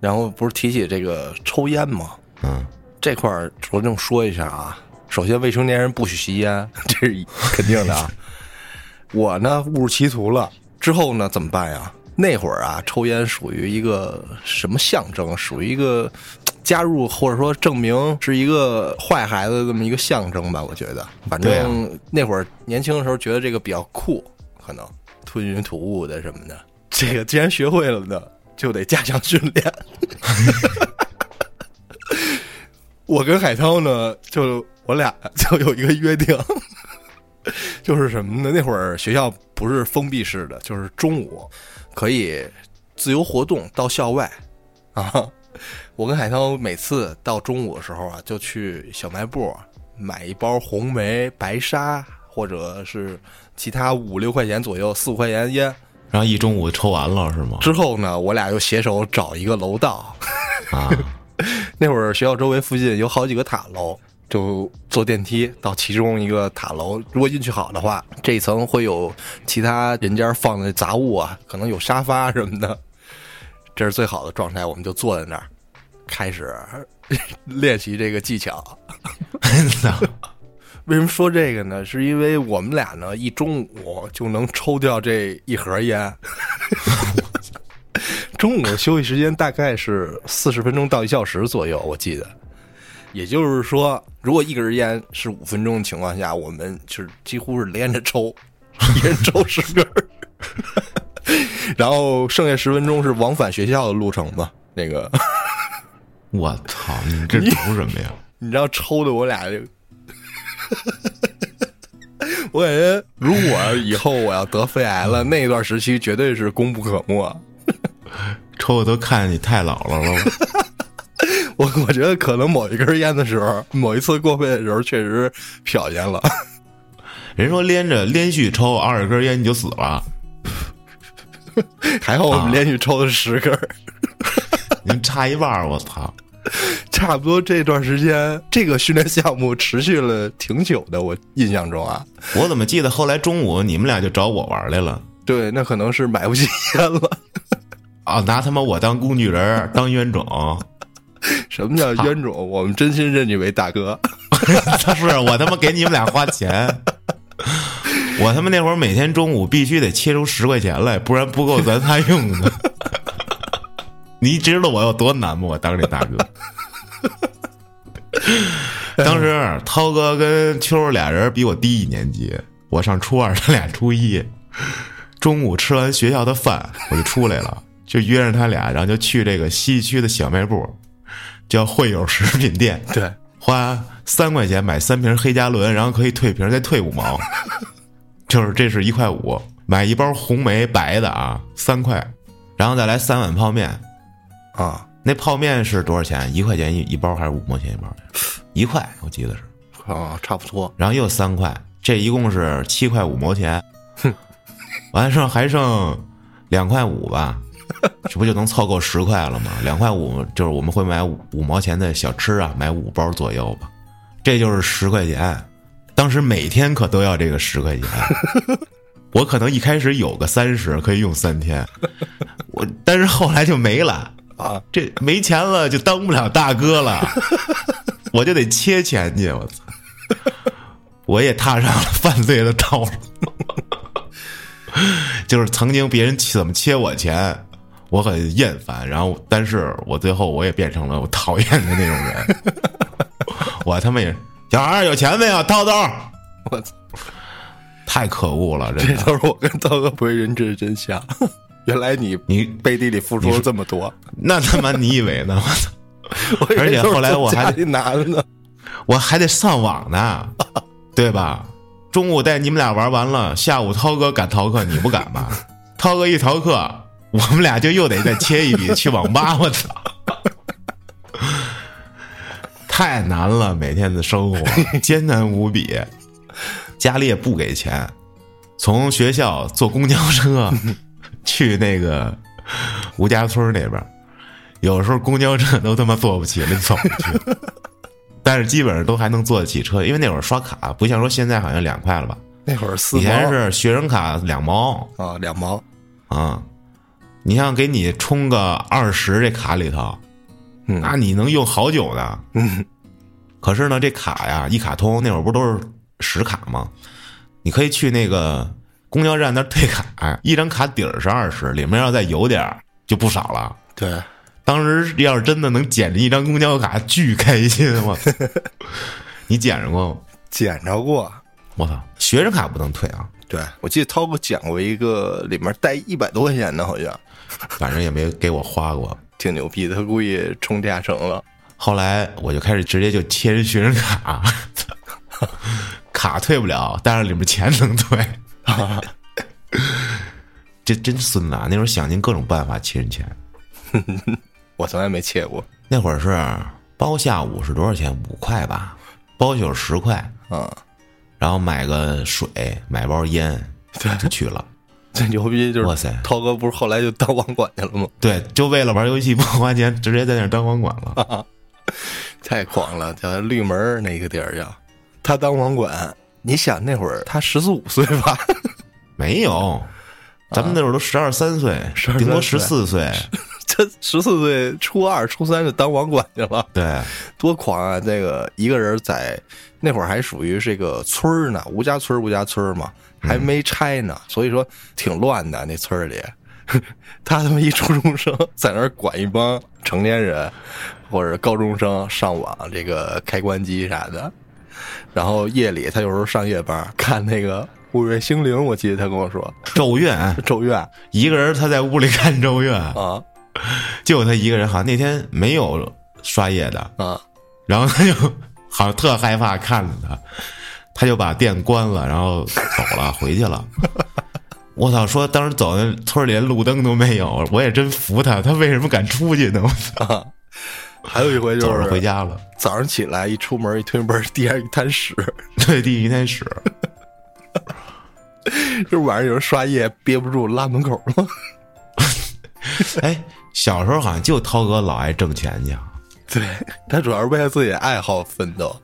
Speaker 2: 然后不是提起这个抽烟吗？
Speaker 1: 嗯，
Speaker 2: 这块儿着重说一下啊。首先，未成年人不许吸烟， 这是肯定的啊。我呢误入歧途了，之后呢怎么办呀？那会儿啊，抽烟属于一个什么象征？属于一个嘖加入或者说证明是一个坏孩子的这么一个象征吧？我觉得，反
Speaker 1: 对啊
Speaker 2: 正那会儿年轻的时候觉得这个比较酷，可能吞云吐雾的什么的。这个既然学会了呢，就得加强训练。我跟海涛呢，就我俩 就有一个约定， 就是什么呢？那会儿学校不是封闭式的，就是中午可以自由活动到校外啊。我跟海涛每次到中午的时候啊，就去小卖部买一包红梅、白沙，或者是其他五六块钱左右、四五块钱烟。
Speaker 1: 然后一中午抽完了是吗？
Speaker 2: 之后呢，我俩又携手找一个楼道，
Speaker 1: 啊，
Speaker 2: 那会儿学校周围附近有好几个塔楼，就坐电梯到其中一个塔楼，如果运气好的话，这一层会有其他人家放的杂物啊，可能有沙发什么的，这是最好的状态，我们就坐在那儿开始 练习这个技巧。
Speaker 1: 啊
Speaker 2: 为什么说这个呢？是因为我们俩呢一中午就能抽掉这一盒烟。 中午的休息时间大概是四十分钟到一小时左右，我记得。也就是说，如果一根烟是五分钟的情况下，我们是几乎是连着抽，一人抽十根儿， 然后剩下十分钟是往返学校的路程吧。那个，
Speaker 1: 我操，你这懂什么呀？
Speaker 2: 你知道抽的我俩就，我感觉如果以后我要得肺癌了，那段时期绝对是功不可没。
Speaker 1: 抽我都看你太老了了，
Speaker 2: 我我觉得可能某一根烟的时候，某一次过肺的时候，确实瞟见了。
Speaker 1: 人说连着连续抽二十根烟你就死了，
Speaker 2: 还好我们连续抽了十根儿，
Speaker 1: 您差一半儿，我操！
Speaker 2: 差不多这段时间这个训练项目持续了挺久的，我印象中啊，
Speaker 1: 我怎么记得后来中午你们俩就找我玩来了？
Speaker 2: 对，那可能是买不起烟了。
Speaker 1: 啊，拿他妈我当工具人儿，当冤种，
Speaker 2: 什么叫冤种？我们真心认你为大哥。
Speaker 1: 是我他妈给你们俩花钱。我他妈那会儿每天中午必须得切出十块钱来，不然不够咱仨用的。 你知道我有多难吗？我当这大哥。当时涛哥跟秋儿俩人比我低一年级，我上初二，他俩初一。中午吃完学校的饭，我就出来了，就约着他俩，然后就去这个西区的小卖部，叫惠友食品店。
Speaker 2: 对，
Speaker 1: 花三块钱买三瓶黑加仑，然后可以退瓶，再退五毛，就是这是一块五，买一包红梅白的啊，三块，然后再来三碗泡面，
Speaker 2: 啊，
Speaker 1: 那泡面是多少钱？一块钱一一包还是五毛钱一包？一块，我记得是，
Speaker 2: 啊，差不多。
Speaker 1: 然后又三块，这一共是七块五毛钱，完事儿还剩两块五吧，这不就能凑够十块了吗？两块五就是我们会买五五毛钱的小吃啊，买五包左右吧，这就是十块钱。当时每天可都要这个十块钱，我可能一开始有个三十可以用三天，我但是后来就没了
Speaker 2: 啊，
Speaker 1: 这没钱了就当不了大哥了，我就得切钱去，我操！我也踏上了犯罪的道路。就是曾经别人怎么切我钱，我很厌烦，然后但是我最后我也变成了我讨厌的那种人。我他妈也小孩儿有钱没有？掏兜儿，
Speaker 2: 我操，
Speaker 1: 太可恶了！真
Speaker 2: 这
Speaker 1: 的，
Speaker 2: 都是我跟刀哥不为人知的真相。原来你
Speaker 1: 你
Speaker 2: 背地里付出了这 么多，
Speaker 1: 那他妈你以为呢？我操！
Speaker 2: 我以为
Speaker 1: 而且
Speaker 2: 都是
Speaker 1: 后来
Speaker 2: 从
Speaker 1: 我还
Speaker 2: 家里拿的呢。
Speaker 1: 我还得上网呢，对吧？中午带你们俩玩完了，下午涛哥赶逃课，你不赶吗？涛哥一逃课，我们俩就又得再切一笔去网吧，我操！太难了，每天的生活艰难无比，家里也不给钱，从学校坐公交车去那个吴家村那边，有时候公交车都他妈坐不起了，你走不去。但是基本上都还能坐得起车，因为那会儿刷卡不像说现在好像两块了吧，
Speaker 2: 那会儿四
Speaker 1: 以
Speaker 2: 毛
Speaker 1: 前是学生卡两毛
Speaker 2: 啊，两毛
Speaker 1: 啊、你像给你充个二十这卡里头，
Speaker 2: 嗯
Speaker 1: 那你能用好久呢。
Speaker 2: 嗯，
Speaker 1: 可是呢，这卡呀一卡通那会儿不都是实卡吗？你可以去那个公交站那儿退卡， 一张卡底儿是二十，里面要再有点儿就不少了。
Speaker 2: 对，
Speaker 1: 当时要是真的能捡着一张公交卡，巨开心！我 操，你捡着过吗？
Speaker 2: 捡着过。
Speaker 1: 我操，学生卡不能退啊，
Speaker 2: 对，我记得涛哥讲过一个，里面带一百多块钱的，好像
Speaker 1: 反正也没给我花过。
Speaker 2: 挺牛逼的。他故意冲地下城了，
Speaker 1: 后来我就开始直接就切人学生卡，卡退不了，但是里面钱能退。 这真孙子啊！那时候想尽各种办法切人钱。
Speaker 2: 我从来没切过
Speaker 1: 那会儿是包下午是多少钱？五块吧，包宿十块，
Speaker 2: 啊。
Speaker 1: 然后买个水，买包烟就去了。
Speaker 2: 最牛逼就是，
Speaker 1: 哇塞
Speaker 2: 涛哥不是后来就当网管去了吗？
Speaker 1: 对，就为了玩游戏不花钱，直接在那儿当网管了。
Speaker 2: 太狂了，叫绿门儿那个地儿叫，他当网管。你想那会儿他十四五岁吧，
Speaker 1: 没有，咱们那会儿都十二三岁，
Speaker 2: 12
Speaker 1: 顶多十
Speaker 2: 13
Speaker 1: 四 岁，
Speaker 2: 这十四岁初二、初三就当网管去了，
Speaker 1: 对，
Speaker 2: 多狂啊！这个一个人在那会儿还属于这个村儿呢，吴家村儿吴家村儿嘛，还没拆呢，所以说挺乱的那村儿里。 他他妈一初中生在那儿管一帮成年人或者高中生上网这个开关机啥的，然后夜里他有时候上夜班看那个《五月星灵》，我记得他跟我说
Speaker 1: 咒怨啊
Speaker 2: 《咒怨》
Speaker 1: 一个人他在屋里看咒怨，
Speaker 2: 啊
Speaker 1: 就他一个人，好像那天没有刷夜的，
Speaker 2: 啊
Speaker 1: 然后他就好像特害怕看着他，他就把店关了，然后走了回去了。我操！说当时走那村儿里连路灯都没有，我也真服他，他为什么敢出去呢？我操！
Speaker 2: 啊！还有一回就
Speaker 1: 走着
Speaker 2: 是
Speaker 1: 回家了，
Speaker 2: 早上起来一出门一推门，地上一滩屎，
Speaker 1: 对，第一天使，
Speaker 2: 就是晚上有人刷夜憋不住拉门口了。
Speaker 1: 哎，小时候好像就涛哥老爱挣钱去啊，
Speaker 2: 对他主要是为了自己的爱好奋斗。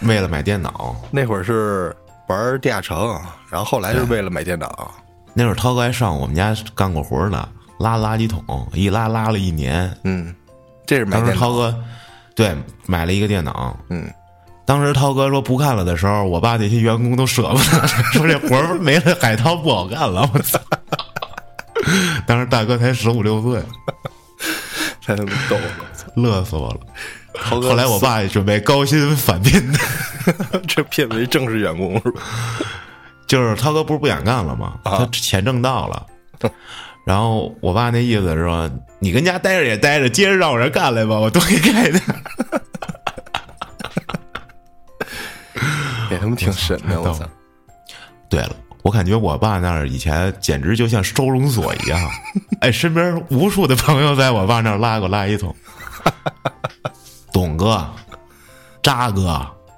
Speaker 1: 为了买电脑。
Speaker 2: 那会儿是玩地下城，然后后来是为了买电脑。
Speaker 1: 那会儿涛哥还上我们家干过活呢，拉垃圾桶，一拉拉了一年。
Speaker 2: 嗯，这是买
Speaker 1: 当时
Speaker 2: 电 脑。
Speaker 1: 涛哥对买了一个电脑，
Speaker 2: 嗯，
Speaker 1: 当时涛哥说不干了的时候，我爸那些员工都舍不得， 说这活儿没了海涛不好干了。我操！ 当时大哥才十五六岁，
Speaker 2: 太他妈逗了！操
Speaker 1: 乐死我了。
Speaker 2: 涛哥
Speaker 1: 后来我爸也准备高薪返聘的，
Speaker 2: 这聘为正式员工是吧？
Speaker 1: 就是涛哥不是不想干了吗？
Speaker 2: 啊
Speaker 1: 他钱挣到了，然后我爸那意思是说，你跟家待着也待着，接着让我这干来吧，我都给干的。
Speaker 2: 也他妈挺神的，我
Speaker 1: 太逗
Speaker 2: 操
Speaker 1: 了！对了，我感觉我爸那儿以前简直就像收容所一样，哎，身边无数的朋友在我爸那儿拉过垃圾桶。 董哥、渣哥、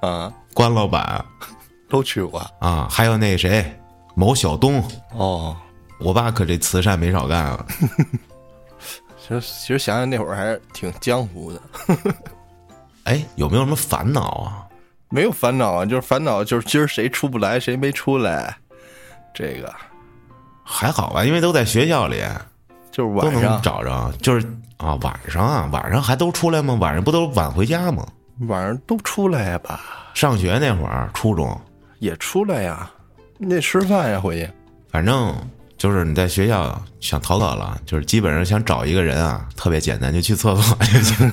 Speaker 2: 啊，
Speaker 1: 关老板
Speaker 2: 都去过
Speaker 1: 啊，还有那谁某小东，
Speaker 2: 哦。
Speaker 1: 我爸可这慈善没少干啊。
Speaker 2: 其实其实想想那会儿还是挺江湖的，
Speaker 1: 哎，有没有什么烦恼啊？
Speaker 2: 没有烦恼啊，就是烦恼就是今儿谁出不来，谁没出来，这个
Speaker 1: 还好吧，因为都在学校里，
Speaker 2: 就是
Speaker 1: 都
Speaker 2: 晚
Speaker 1: 能
Speaker 2: 上
Speaker 1: 找着。就是啊，晚上啊，晚上还都出来吗？晚上不都晚回家吗？
Speaker 2: 晚上都出来呀吧，
Speaker 1: 上学那会儿，初中，
Speaker 2: 也出来呀，你得吃饭呀，回去。
Speaker 1: 反正就是你在学校想逃课了，就是基本上想找一个人啊，特别简单，就去厕所 就行。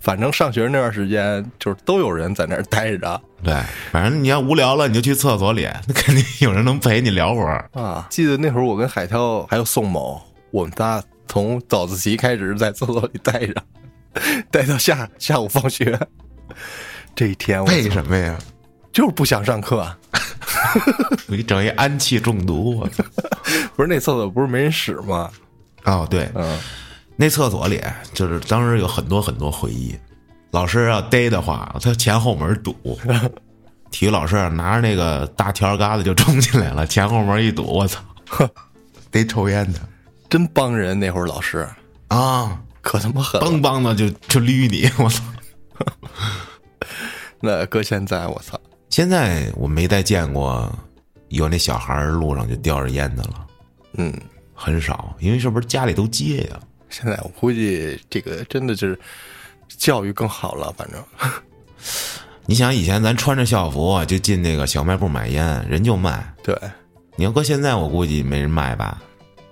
Speaker 2: 反正上学那段时间，就是都有人在那儿待着
Speaker 1: 对，反正你要无聊了，你就去厕所里，那肯定有人能陪你聊会 儿。
Speaker 2: 啊。记得那会儿我跟海涛还有宋某，我们仨从早自习开始在厕所里待着， 待到下下午放学。这一天我
Speaker 1: 为什么呀？
Speaker 2: 就是不想上课，
Speaker 1: 你整一氨气中毒，我操！
Speaker 2: 不是那厕所不是没人使吗？
Speaker 1: 哦，对，
Speaker 2: 嗯，
Speaker 1: 那厕所里就是当时有很多很多回忆。老师要逮的话，他前后门 堵。体育老师拿着那个大条疙瘩就冲进来了，前后门一堵，我操， 逮抽烟的
Speaker 2: 真帮人。那会儿老师
Speaker 1: 啊，
Speaker 2: 可他妈 狠了，
Speaker 1: 梆梆的就就捋你，我操！
Speaker 2: 那搁现在我操，
Speaker 1: 现在我没再见过有那小孩儿路上就叼着烟的了，
Speaker 2: 嗯，
Speaker 1: 很少，因为是不是家里都戒呀、
Speaker 2: 现在我估计这个真的就是教育更好了，反正
Speaker 1: 你想以前咱穿着校服啊就进那个小卖部买烟，人就卖。
Speaker 2: 对。
Speaker 1: 你要搁现在，我估计没人卖吧？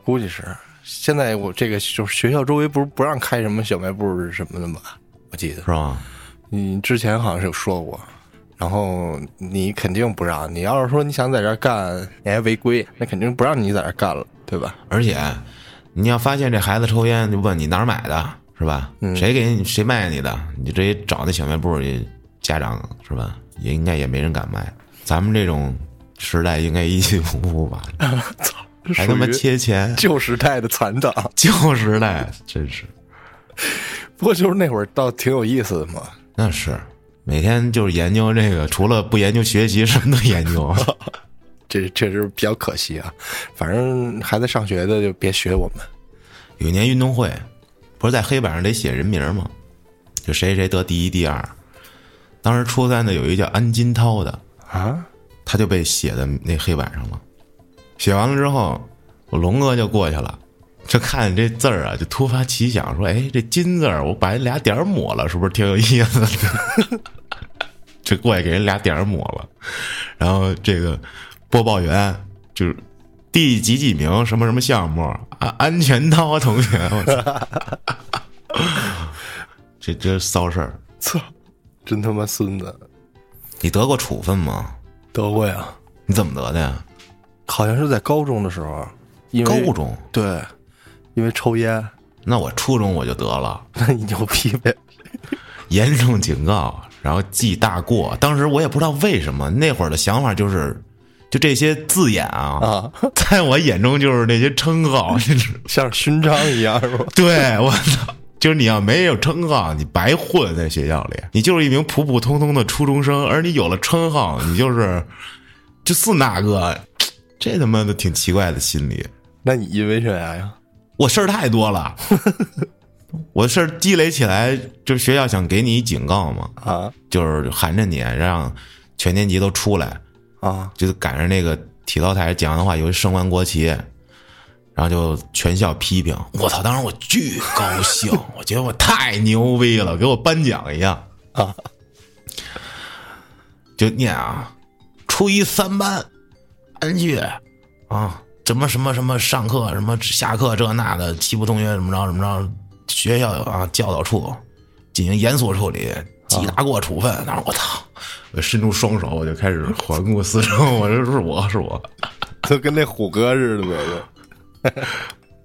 Speaker 2: 估计是。现在我这个就是学校周围不是不让开什么小卖部什么的吗？我记得
Speaker 1: 是吧？
Speaker 2: 你之前好像是有说过，然后你肯定不让。你要是说你想在这儿干，你还违规，那肯定不让你在这儿干了，对吧？
Speaker 1: 而且你要发现这孩子抽烟，就问你哪儿买的，是吧？谁给你谁卖你的？你就直接找那小卖部里家长是吧？也应该也没人敢卖。咱们这种时代应该一起服务吧？
Speaker 2: 操，
Speaker 1: 还他妈
Speaker 2: 属于
Speaker 1: 切钱，
Speaker 2: 旧时代的残党。
Speaker 1: 旧时代真是，
Speaker 2: 不过就是那会儿倒挺有意思的嘛。
Speaker 1: 那是每天就是研究这个，除了不研究学习，什么都研 究。
Speaker 2: 这确实比较可惜啊，反正还在上学的就别学我们。
Speaker 1: 有一年运动会，不是在黑板上得写人名吗？就谁谁得第一、第二。当时初三的有一个叫安金涛的，
Speaker 2: 啊，
Speaker 1: 他就被写在那黑板上了。写完了之后，我龙哥就过去了，就看这字儿啊，就突发奇想说：“哎，这金字儿，我把俩点儿抹了，是不是挺有意思的？” 就过去给人俩点儿抹了。然后这个播报员就是第几几名什么什么项目啊，安全涛同学，我操， 这这骚事儿。
Speaker 2: 操，真他妈孙子，
Speaker 1: 你得过处分吗？
Speaker 2: 得过呀，
Speaker 1: 你怎么得的呀？
Speaker 2: 好像是在高中的时候，因
Speaker 1: 高
Speaker 2: 为
Speaker 1: 中？
Speaker 2: 对，因为抽烟，
Speaker 1: 那我初中我就得了。
Speaker 2: 那你牛逼呗，
Speaker 1: 严重警告，然后记大过。当时我也不知道为什么，那会儿的想法就是，就这些字眼啊，
Speaker 2: 啊，
Speaker 1: 在我眼中就是那些称号。你知
Speaker 2: 像勋章一样是吧？
Speaker 1: 对我操，就是你要没有称号，你白混在学校里，你就是一名普普通通的初中生。而你有了称号，你就是就是那个，这他妈的挺奇怪的心理。
Speaker 2: 那你因为啥呀？
Speaker 1: 我事儿太多了，我事儿积累起来，就是学校想给你一警告嘛。
Speaker 2: 啊
Speaker 1: 就是含着你让全年级都出来，
Speaker 2: 啊，
Speaker 1: 就是赶上那个体操台讲完话，有一升完国旗，然后就全校批评。我操！当时我巨高兴，我觉得我太牛逼了，给我颁奖一样
Speaker 2: 啊！
Speaker 1: 就念啊，初一三班，安岳啊，什么什么什么上课什么下课这那的，欺负同学怎么着怎么着，学校啊教导处进行严肃处理，记大过处分。当时我操！我伸出双手，我就开始环顾四周，我说是我是我。
Speaker 2: 就跟那虎哥似的呗，就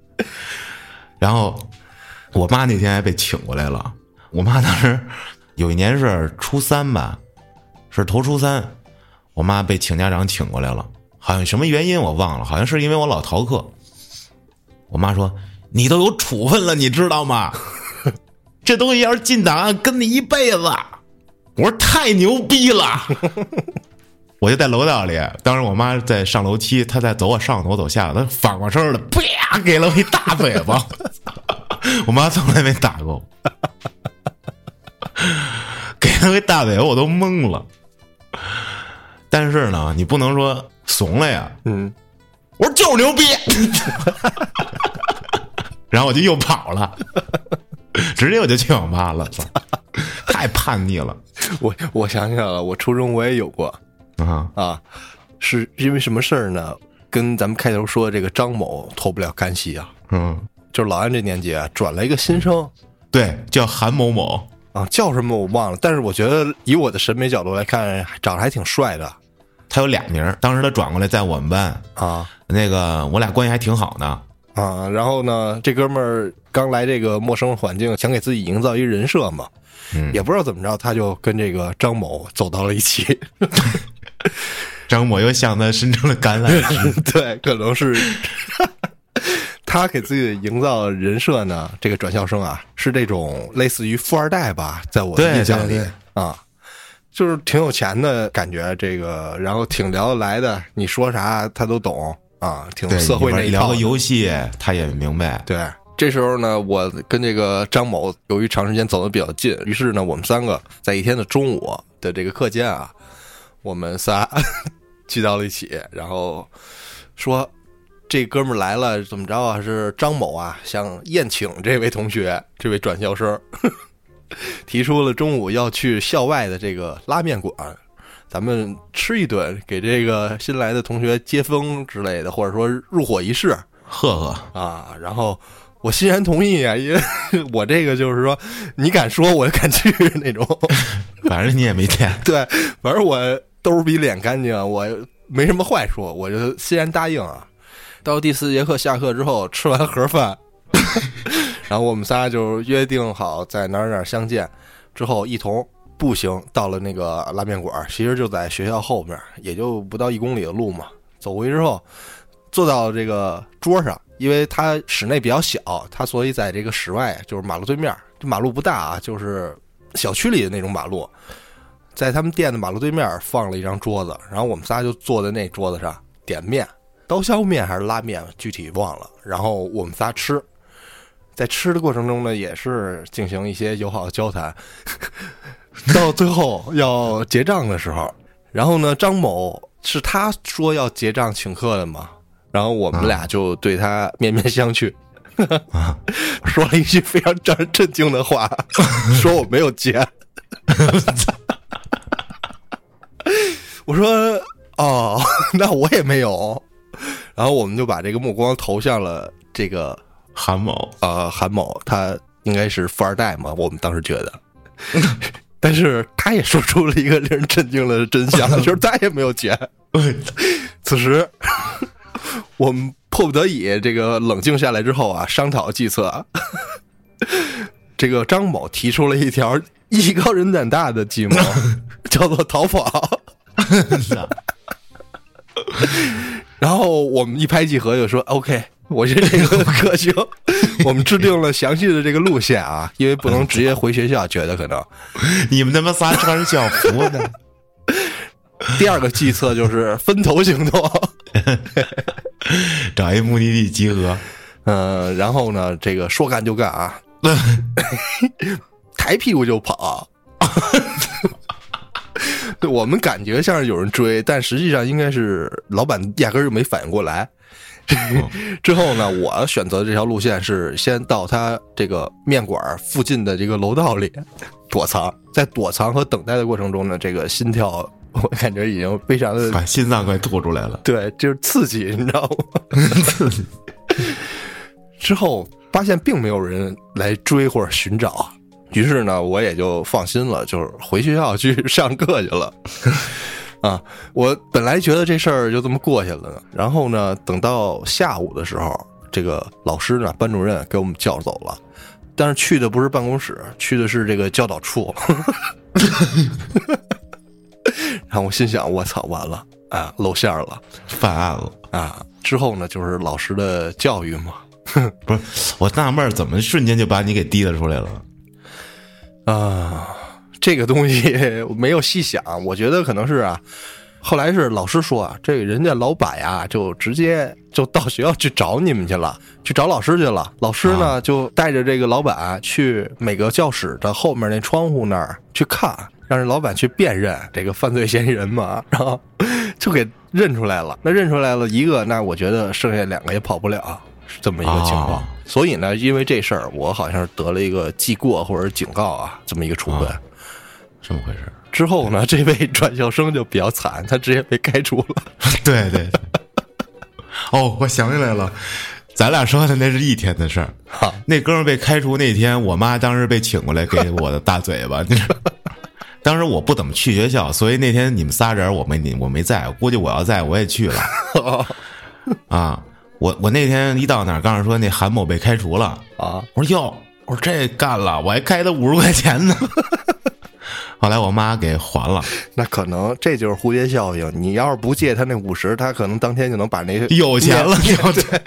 Speaker 1: 然后我妈那天还被请过来了。我妈当时有一年是初三吧，是头初三，我妈被请家长请过来了，好像什么原因我忘了，好像是因为我老逃课。我妈说：“你都有处分了，你知道吗？ 这东西要是进档案，跟你一辈子。”我说：“太牛逼了！” 我就在楼道里，当时我妈在上楼梯，她在走我上头走下头，她反过身儿来，啪给了我一大嘴巴。我妈从来没打过我， 给了我一大嘴巴，我都懵了。但是呢，你不能说怂了呀，
Speaker 2: 嗯，
Speaker 1: 我说就是牛逼， 然后我就又跑了，直接我就去网吧了，操太叛逆了
Speaker 2: 我我想起来了，我初中我也有过，
Speaker 1: 啊！
Speaker 2: 啊，是因为什么事儿呢？跟咱们开头说的这个张某脱不了干系啊，
Speaker 1: 嗯，
Speaker 2: 就是老安这年级啊，转来一个新生
Speaker 1: 对，叫韩某某，
Speaker 2: 啊，叫什么我忘了，但是我觉得以我的审美角度来看，长得还挺帅的
Speaker 1: 他有俩名儿，当时他转过来在我们班，
Speaker 2: 啊
Speaker 1: 那个我俩关系还挺好呢。
Speaker 2: 啊。然后呢，这哥们儿刚来这个陌生环境，想给自己营造一人设嘛，
Speaker 1: 嗯
Speaker 2: 也不知道怎么着，他就跟这个张某走到了 一起。
Speaker 1: 张某又向他伸出了橄榄枝，
Speaker 2: 对，可能是他给自己营造的人设呢。这个转校生啊，是这种类似于富二代吧，在我的
Speaker 1: 对
Speaker 2: 印象里
Speaker 1: 对对
Speaker 2: 啊，就是挺有钱的感觉。这个，然后挺聊得来的，你说啥他都懂啊，挺
Speaker 1: 对，
Speaker 2: 社会那
Speaker 1: 一
Speaker 2: 一
Speaker 1: 聊
Speaker 2: 套
Speaker 1: 个
Speaker 2: 的。
Speaker 1: 游戏，他也明白。
Speaker 2: 对，这时候呢，我跟这个张某由于长时间走得比较近，于是呢，我们三个在一天的中午的这个课间啊，我们仨 聚到了一起，然后说这哥们儿来了，怎么着啊？是张某啊，想宴请这位同学，这位转校生， 提出了中午要去校外的这个拉面馆。咱们吃一顿，给这个新来的同学接风之类的，或者说入伙仪式。
Speaker 1: 赫赫，
Speaker 2: 啊，然后我欣然同意啊，因为 我这个就是说，你敢说，我就敢去那种。
Speaker 1: 反正你也没见。
Speaker 2: 对，反正我兜儿比脸干净啊，我没什么坏处，我就欣然答应啊。到第四节课下课之后，吃完盒饭， 然后我们仨就约定好在哪儿哪儿相见，之后一同步行到了那个拉面馆儿，其实就在学校后面，也就不到一公里的路嘛。走过去之后，坐到这个桌上，因为它室内比较小，它所以在这个室外就是马路对面，这马路不大啊，就是小区里的那种马路，在他们店的马路对面放了一张桌子，然后我们仨就坐在那桌子上点面，刀削面还是拉面，具体忘了。然后我们仨吃，在吃的过程中呢，也是进行一些友好的交谈。 到最后要结账的时候，然后呢，张某是他说要结账请客的嘛，然后我们俩就对他面面相觑， 说了一句非常让人震惊的话， 说我没有结。我说哦， 那我也没有。然后我们就把这个目光投向了这个
Speaker 1: 韩某
Speaker 2: 呃韩某，他应该是富二代嘛，我们当时觉得。但是他也说出了一个令人震惊的真相，就是他也没有钱。此时， 我们迫不得已这个冷静下来之后啊， 商讨计策。这个张某提出了一条艺高人胆大的计谋，叫做逃跑。然后我们一拍即合，就说 OK，我觉得这个可行。我们制定了详细的这个路线啊，因为不能直接回学校，觉得可能。
Speaker 1: 你们他妈仨穿着校服呢，
Speaker 2: 第二个计策就是分头行动，
Speaker 1: 找一目的地集合。
Speaker 2: 嗯，然后呢，这个说干就干啊，
Speaker 1: 那
Speaker 2: 抬屁股就跑。 对我们感觉像是有人追，但实际上应该是老板压根儿就没反应过来。 之后呢，我选择这条路线是先到他这个面馆儿附近的这个楼道里躲藏，在躲藏和等待的过程中呢，这个心跳我感觉已经非常的
Speaker 1: 把心脏快吐出来了。
Speaker 2: 对，就是刺激，你知道吗？之后发现并没有人来追或者寻找，于是呢，我也就放心了，就是回学校去上课去了。啊，我本来觉得这事儿就这么过去了呢，然后呢，等到下午的时候，这个老师呢，班主任给我们叫走了，但是去的不是办公室，去的是这个教导处。 然后我心想，我操，完了啊，露馅儿了。
Speaker 1: 犯案了。
Speaker 2: 啊，之后呢，就是老师的教育嘛。
Speaker 1: 不是，我纳闷儿怎么瞬间就把你给提溜出来了？
Speaker 2: 啊，这个东西 我没有细想，我觉得可能是啊，后来是老师说啊，这个人家老板呀，就直接就到学校去找你们去了，去找老师去了。老师呢，就带着这个老板去每个教室的后面那窗户那儿去看，让这老板去辨认这个犯罪嫌疑人嘛，然后 就给认出来了。那认出来了一个，那我觉得剩下两个也跑不了。是这么一个情况，
Speaker 1: 哦
Speaker 2: 所以呢，因为这事儿，我好像是得了一个记过或者警告啊，这么一个处分。
Speaker 1: 这么回事儿？
Speaker 2: 之后呢，这位转校生就比较惨，他直接被开除了。
Speaker 1: 对对。对哦，我想起来了，咱俩说的那是一天的事儿。
Speaker 2: 哈，
Speaker 1: 那哥们儿被开除那天，我妈当时被请过来 给我的大嘴巴。你知道 当时我不怎么去学校，所以那天你们仨人我没你我没在，估计我要在我也去了。啊，我我那天一到哪儿，告诉说那韩某被开除了，
Speaker 2: 啊，
Speaker 1: 我说哟，我说这干了，我还开他五十块钱呢。 后来我妈给还了，
Speaker 2: 那可能这就是蝴蝶效应。你要是不借他那五十，他可能当天就能把那个
Speaker 1: 有钱了，有钱。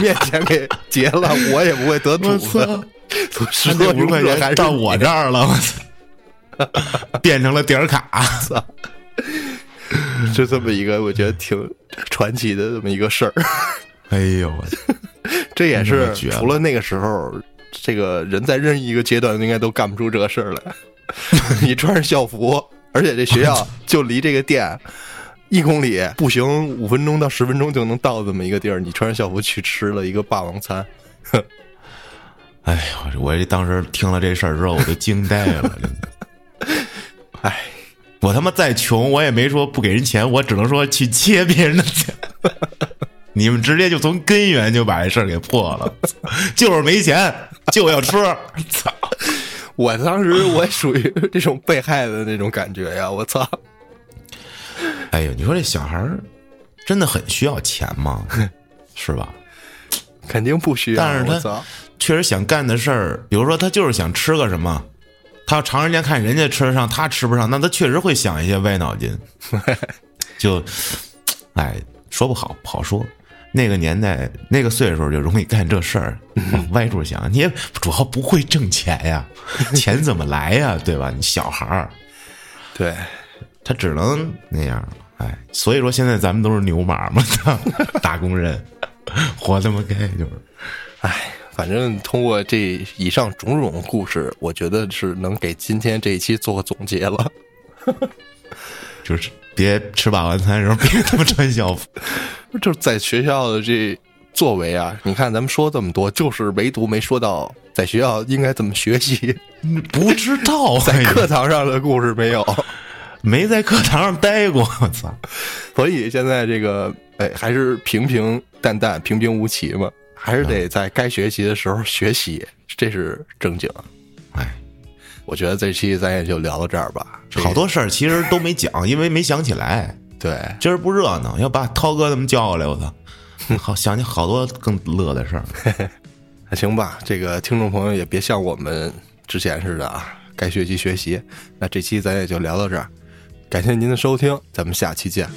Speaker 2: 面面钱给结了，我也不会得处
Speaker 1: 我
Speaker 2: 分。
Speaker 1: 操！
Speaker 2: 十
Speaker 1: 那
Speaker 2: 个
Speaker 1: 五十块
Speaker 2: 还
Speaker 1: 钱
Speaker 2: 是
Speaker 1: 到我这儿了，我操！变成了点儿 卡，
Speaker 2: 你就这么一个，我觉得挺传奇的这么一个事儿。
Speaker 1: 哎呦我操！
Speaker 2: 这也
Speaker 1: 真他
Speaker 2: 是
Speaker 1: 妈绝了
Speaker 2: 除了那个时候，这个人在任意一个阶段应该都干不出这个事儿来。 你穿着校服， 而且这学校就离这个店一公里，步行五分钟到十分钟就能到这么一个地儿，你穿着校服去吃了一个霸王餐，
Speaker 1: 哎呦，我这当时听了这事儿之后，我都惊呆了，真的。
Speaker 2: 哎，
Speaker 1: 我他妈再穷，我也没说不给人钱，我只能说去借别人的钱。 你们直接就从根源就把这事儿给破了，就是没钱就要吃， 操！
Speaker 2: 我当时我也属于这种被害的那种感觉呀！ 我操，
Speaker 1: 哎呦，你说这小孩儿真的很需要钱吗？ 是吧？
Speaker 2: 肯定不需要。
Speaker 1: 但是他
Speaker 2: 我操，
Speaker 1: 确实想干的事儿，比如说他就是想吃个什么，他要常人家看人家吃得上，他吃不上，那他确实会想一些歪脑筋，就，哎，说不好不好说。那个年代，那个岁数就容易干这事儿，往歪处想。你也主要不会挣钱呀，钱怎么来呀？对吧？你小孩儿，
Speaker 2: 对，
Speaker 1: 他只能那样。哎，所以说现在咱们 都是牛马嘛，打工人，活他妈该就是。
Speaker 2: 哎，反正通过这以上种种故事，我觉得是能给今天这一期做个总结了。
Speaker 1: 就是别吃霸王餐的时候别他妈穿校服，
Speaker 2: 就是在学校的这作为啊，你看咱们说这么多，就是唯独没说到在学校应该怎么学习，
Speaker 1: 不知 道
Speaker 2: 在
Speaker 1: 哎
Speaker 2: 课堂上的故事没有。
Speaker 1: 没在课堂上待过，我操！
Speaker 2: 所以现在这个哎，还是平平淡淡、平平无奇嘛，还是
Speaker 1: 嗯
Speaker 2: 得在该学习的时候学习，这是正经。
Speaker 1: 哎，
Speaker 2: 我觉得这期咱也就聊到这儿吧。
Speaker 1: 好多事儿其实都没讲，因为没想起来。
Speaker 2: 对，
Speaker 1: 今儿不热闹，要把涛哥他们叫过来，我 操！好想起好多更乐的事儿。
Speaker 2: 还行吧。这个听众朋友也别像我们之前似的啊，该学习学习。那这期咱也就聊到这儿，感谢您的收听，咱们下期见，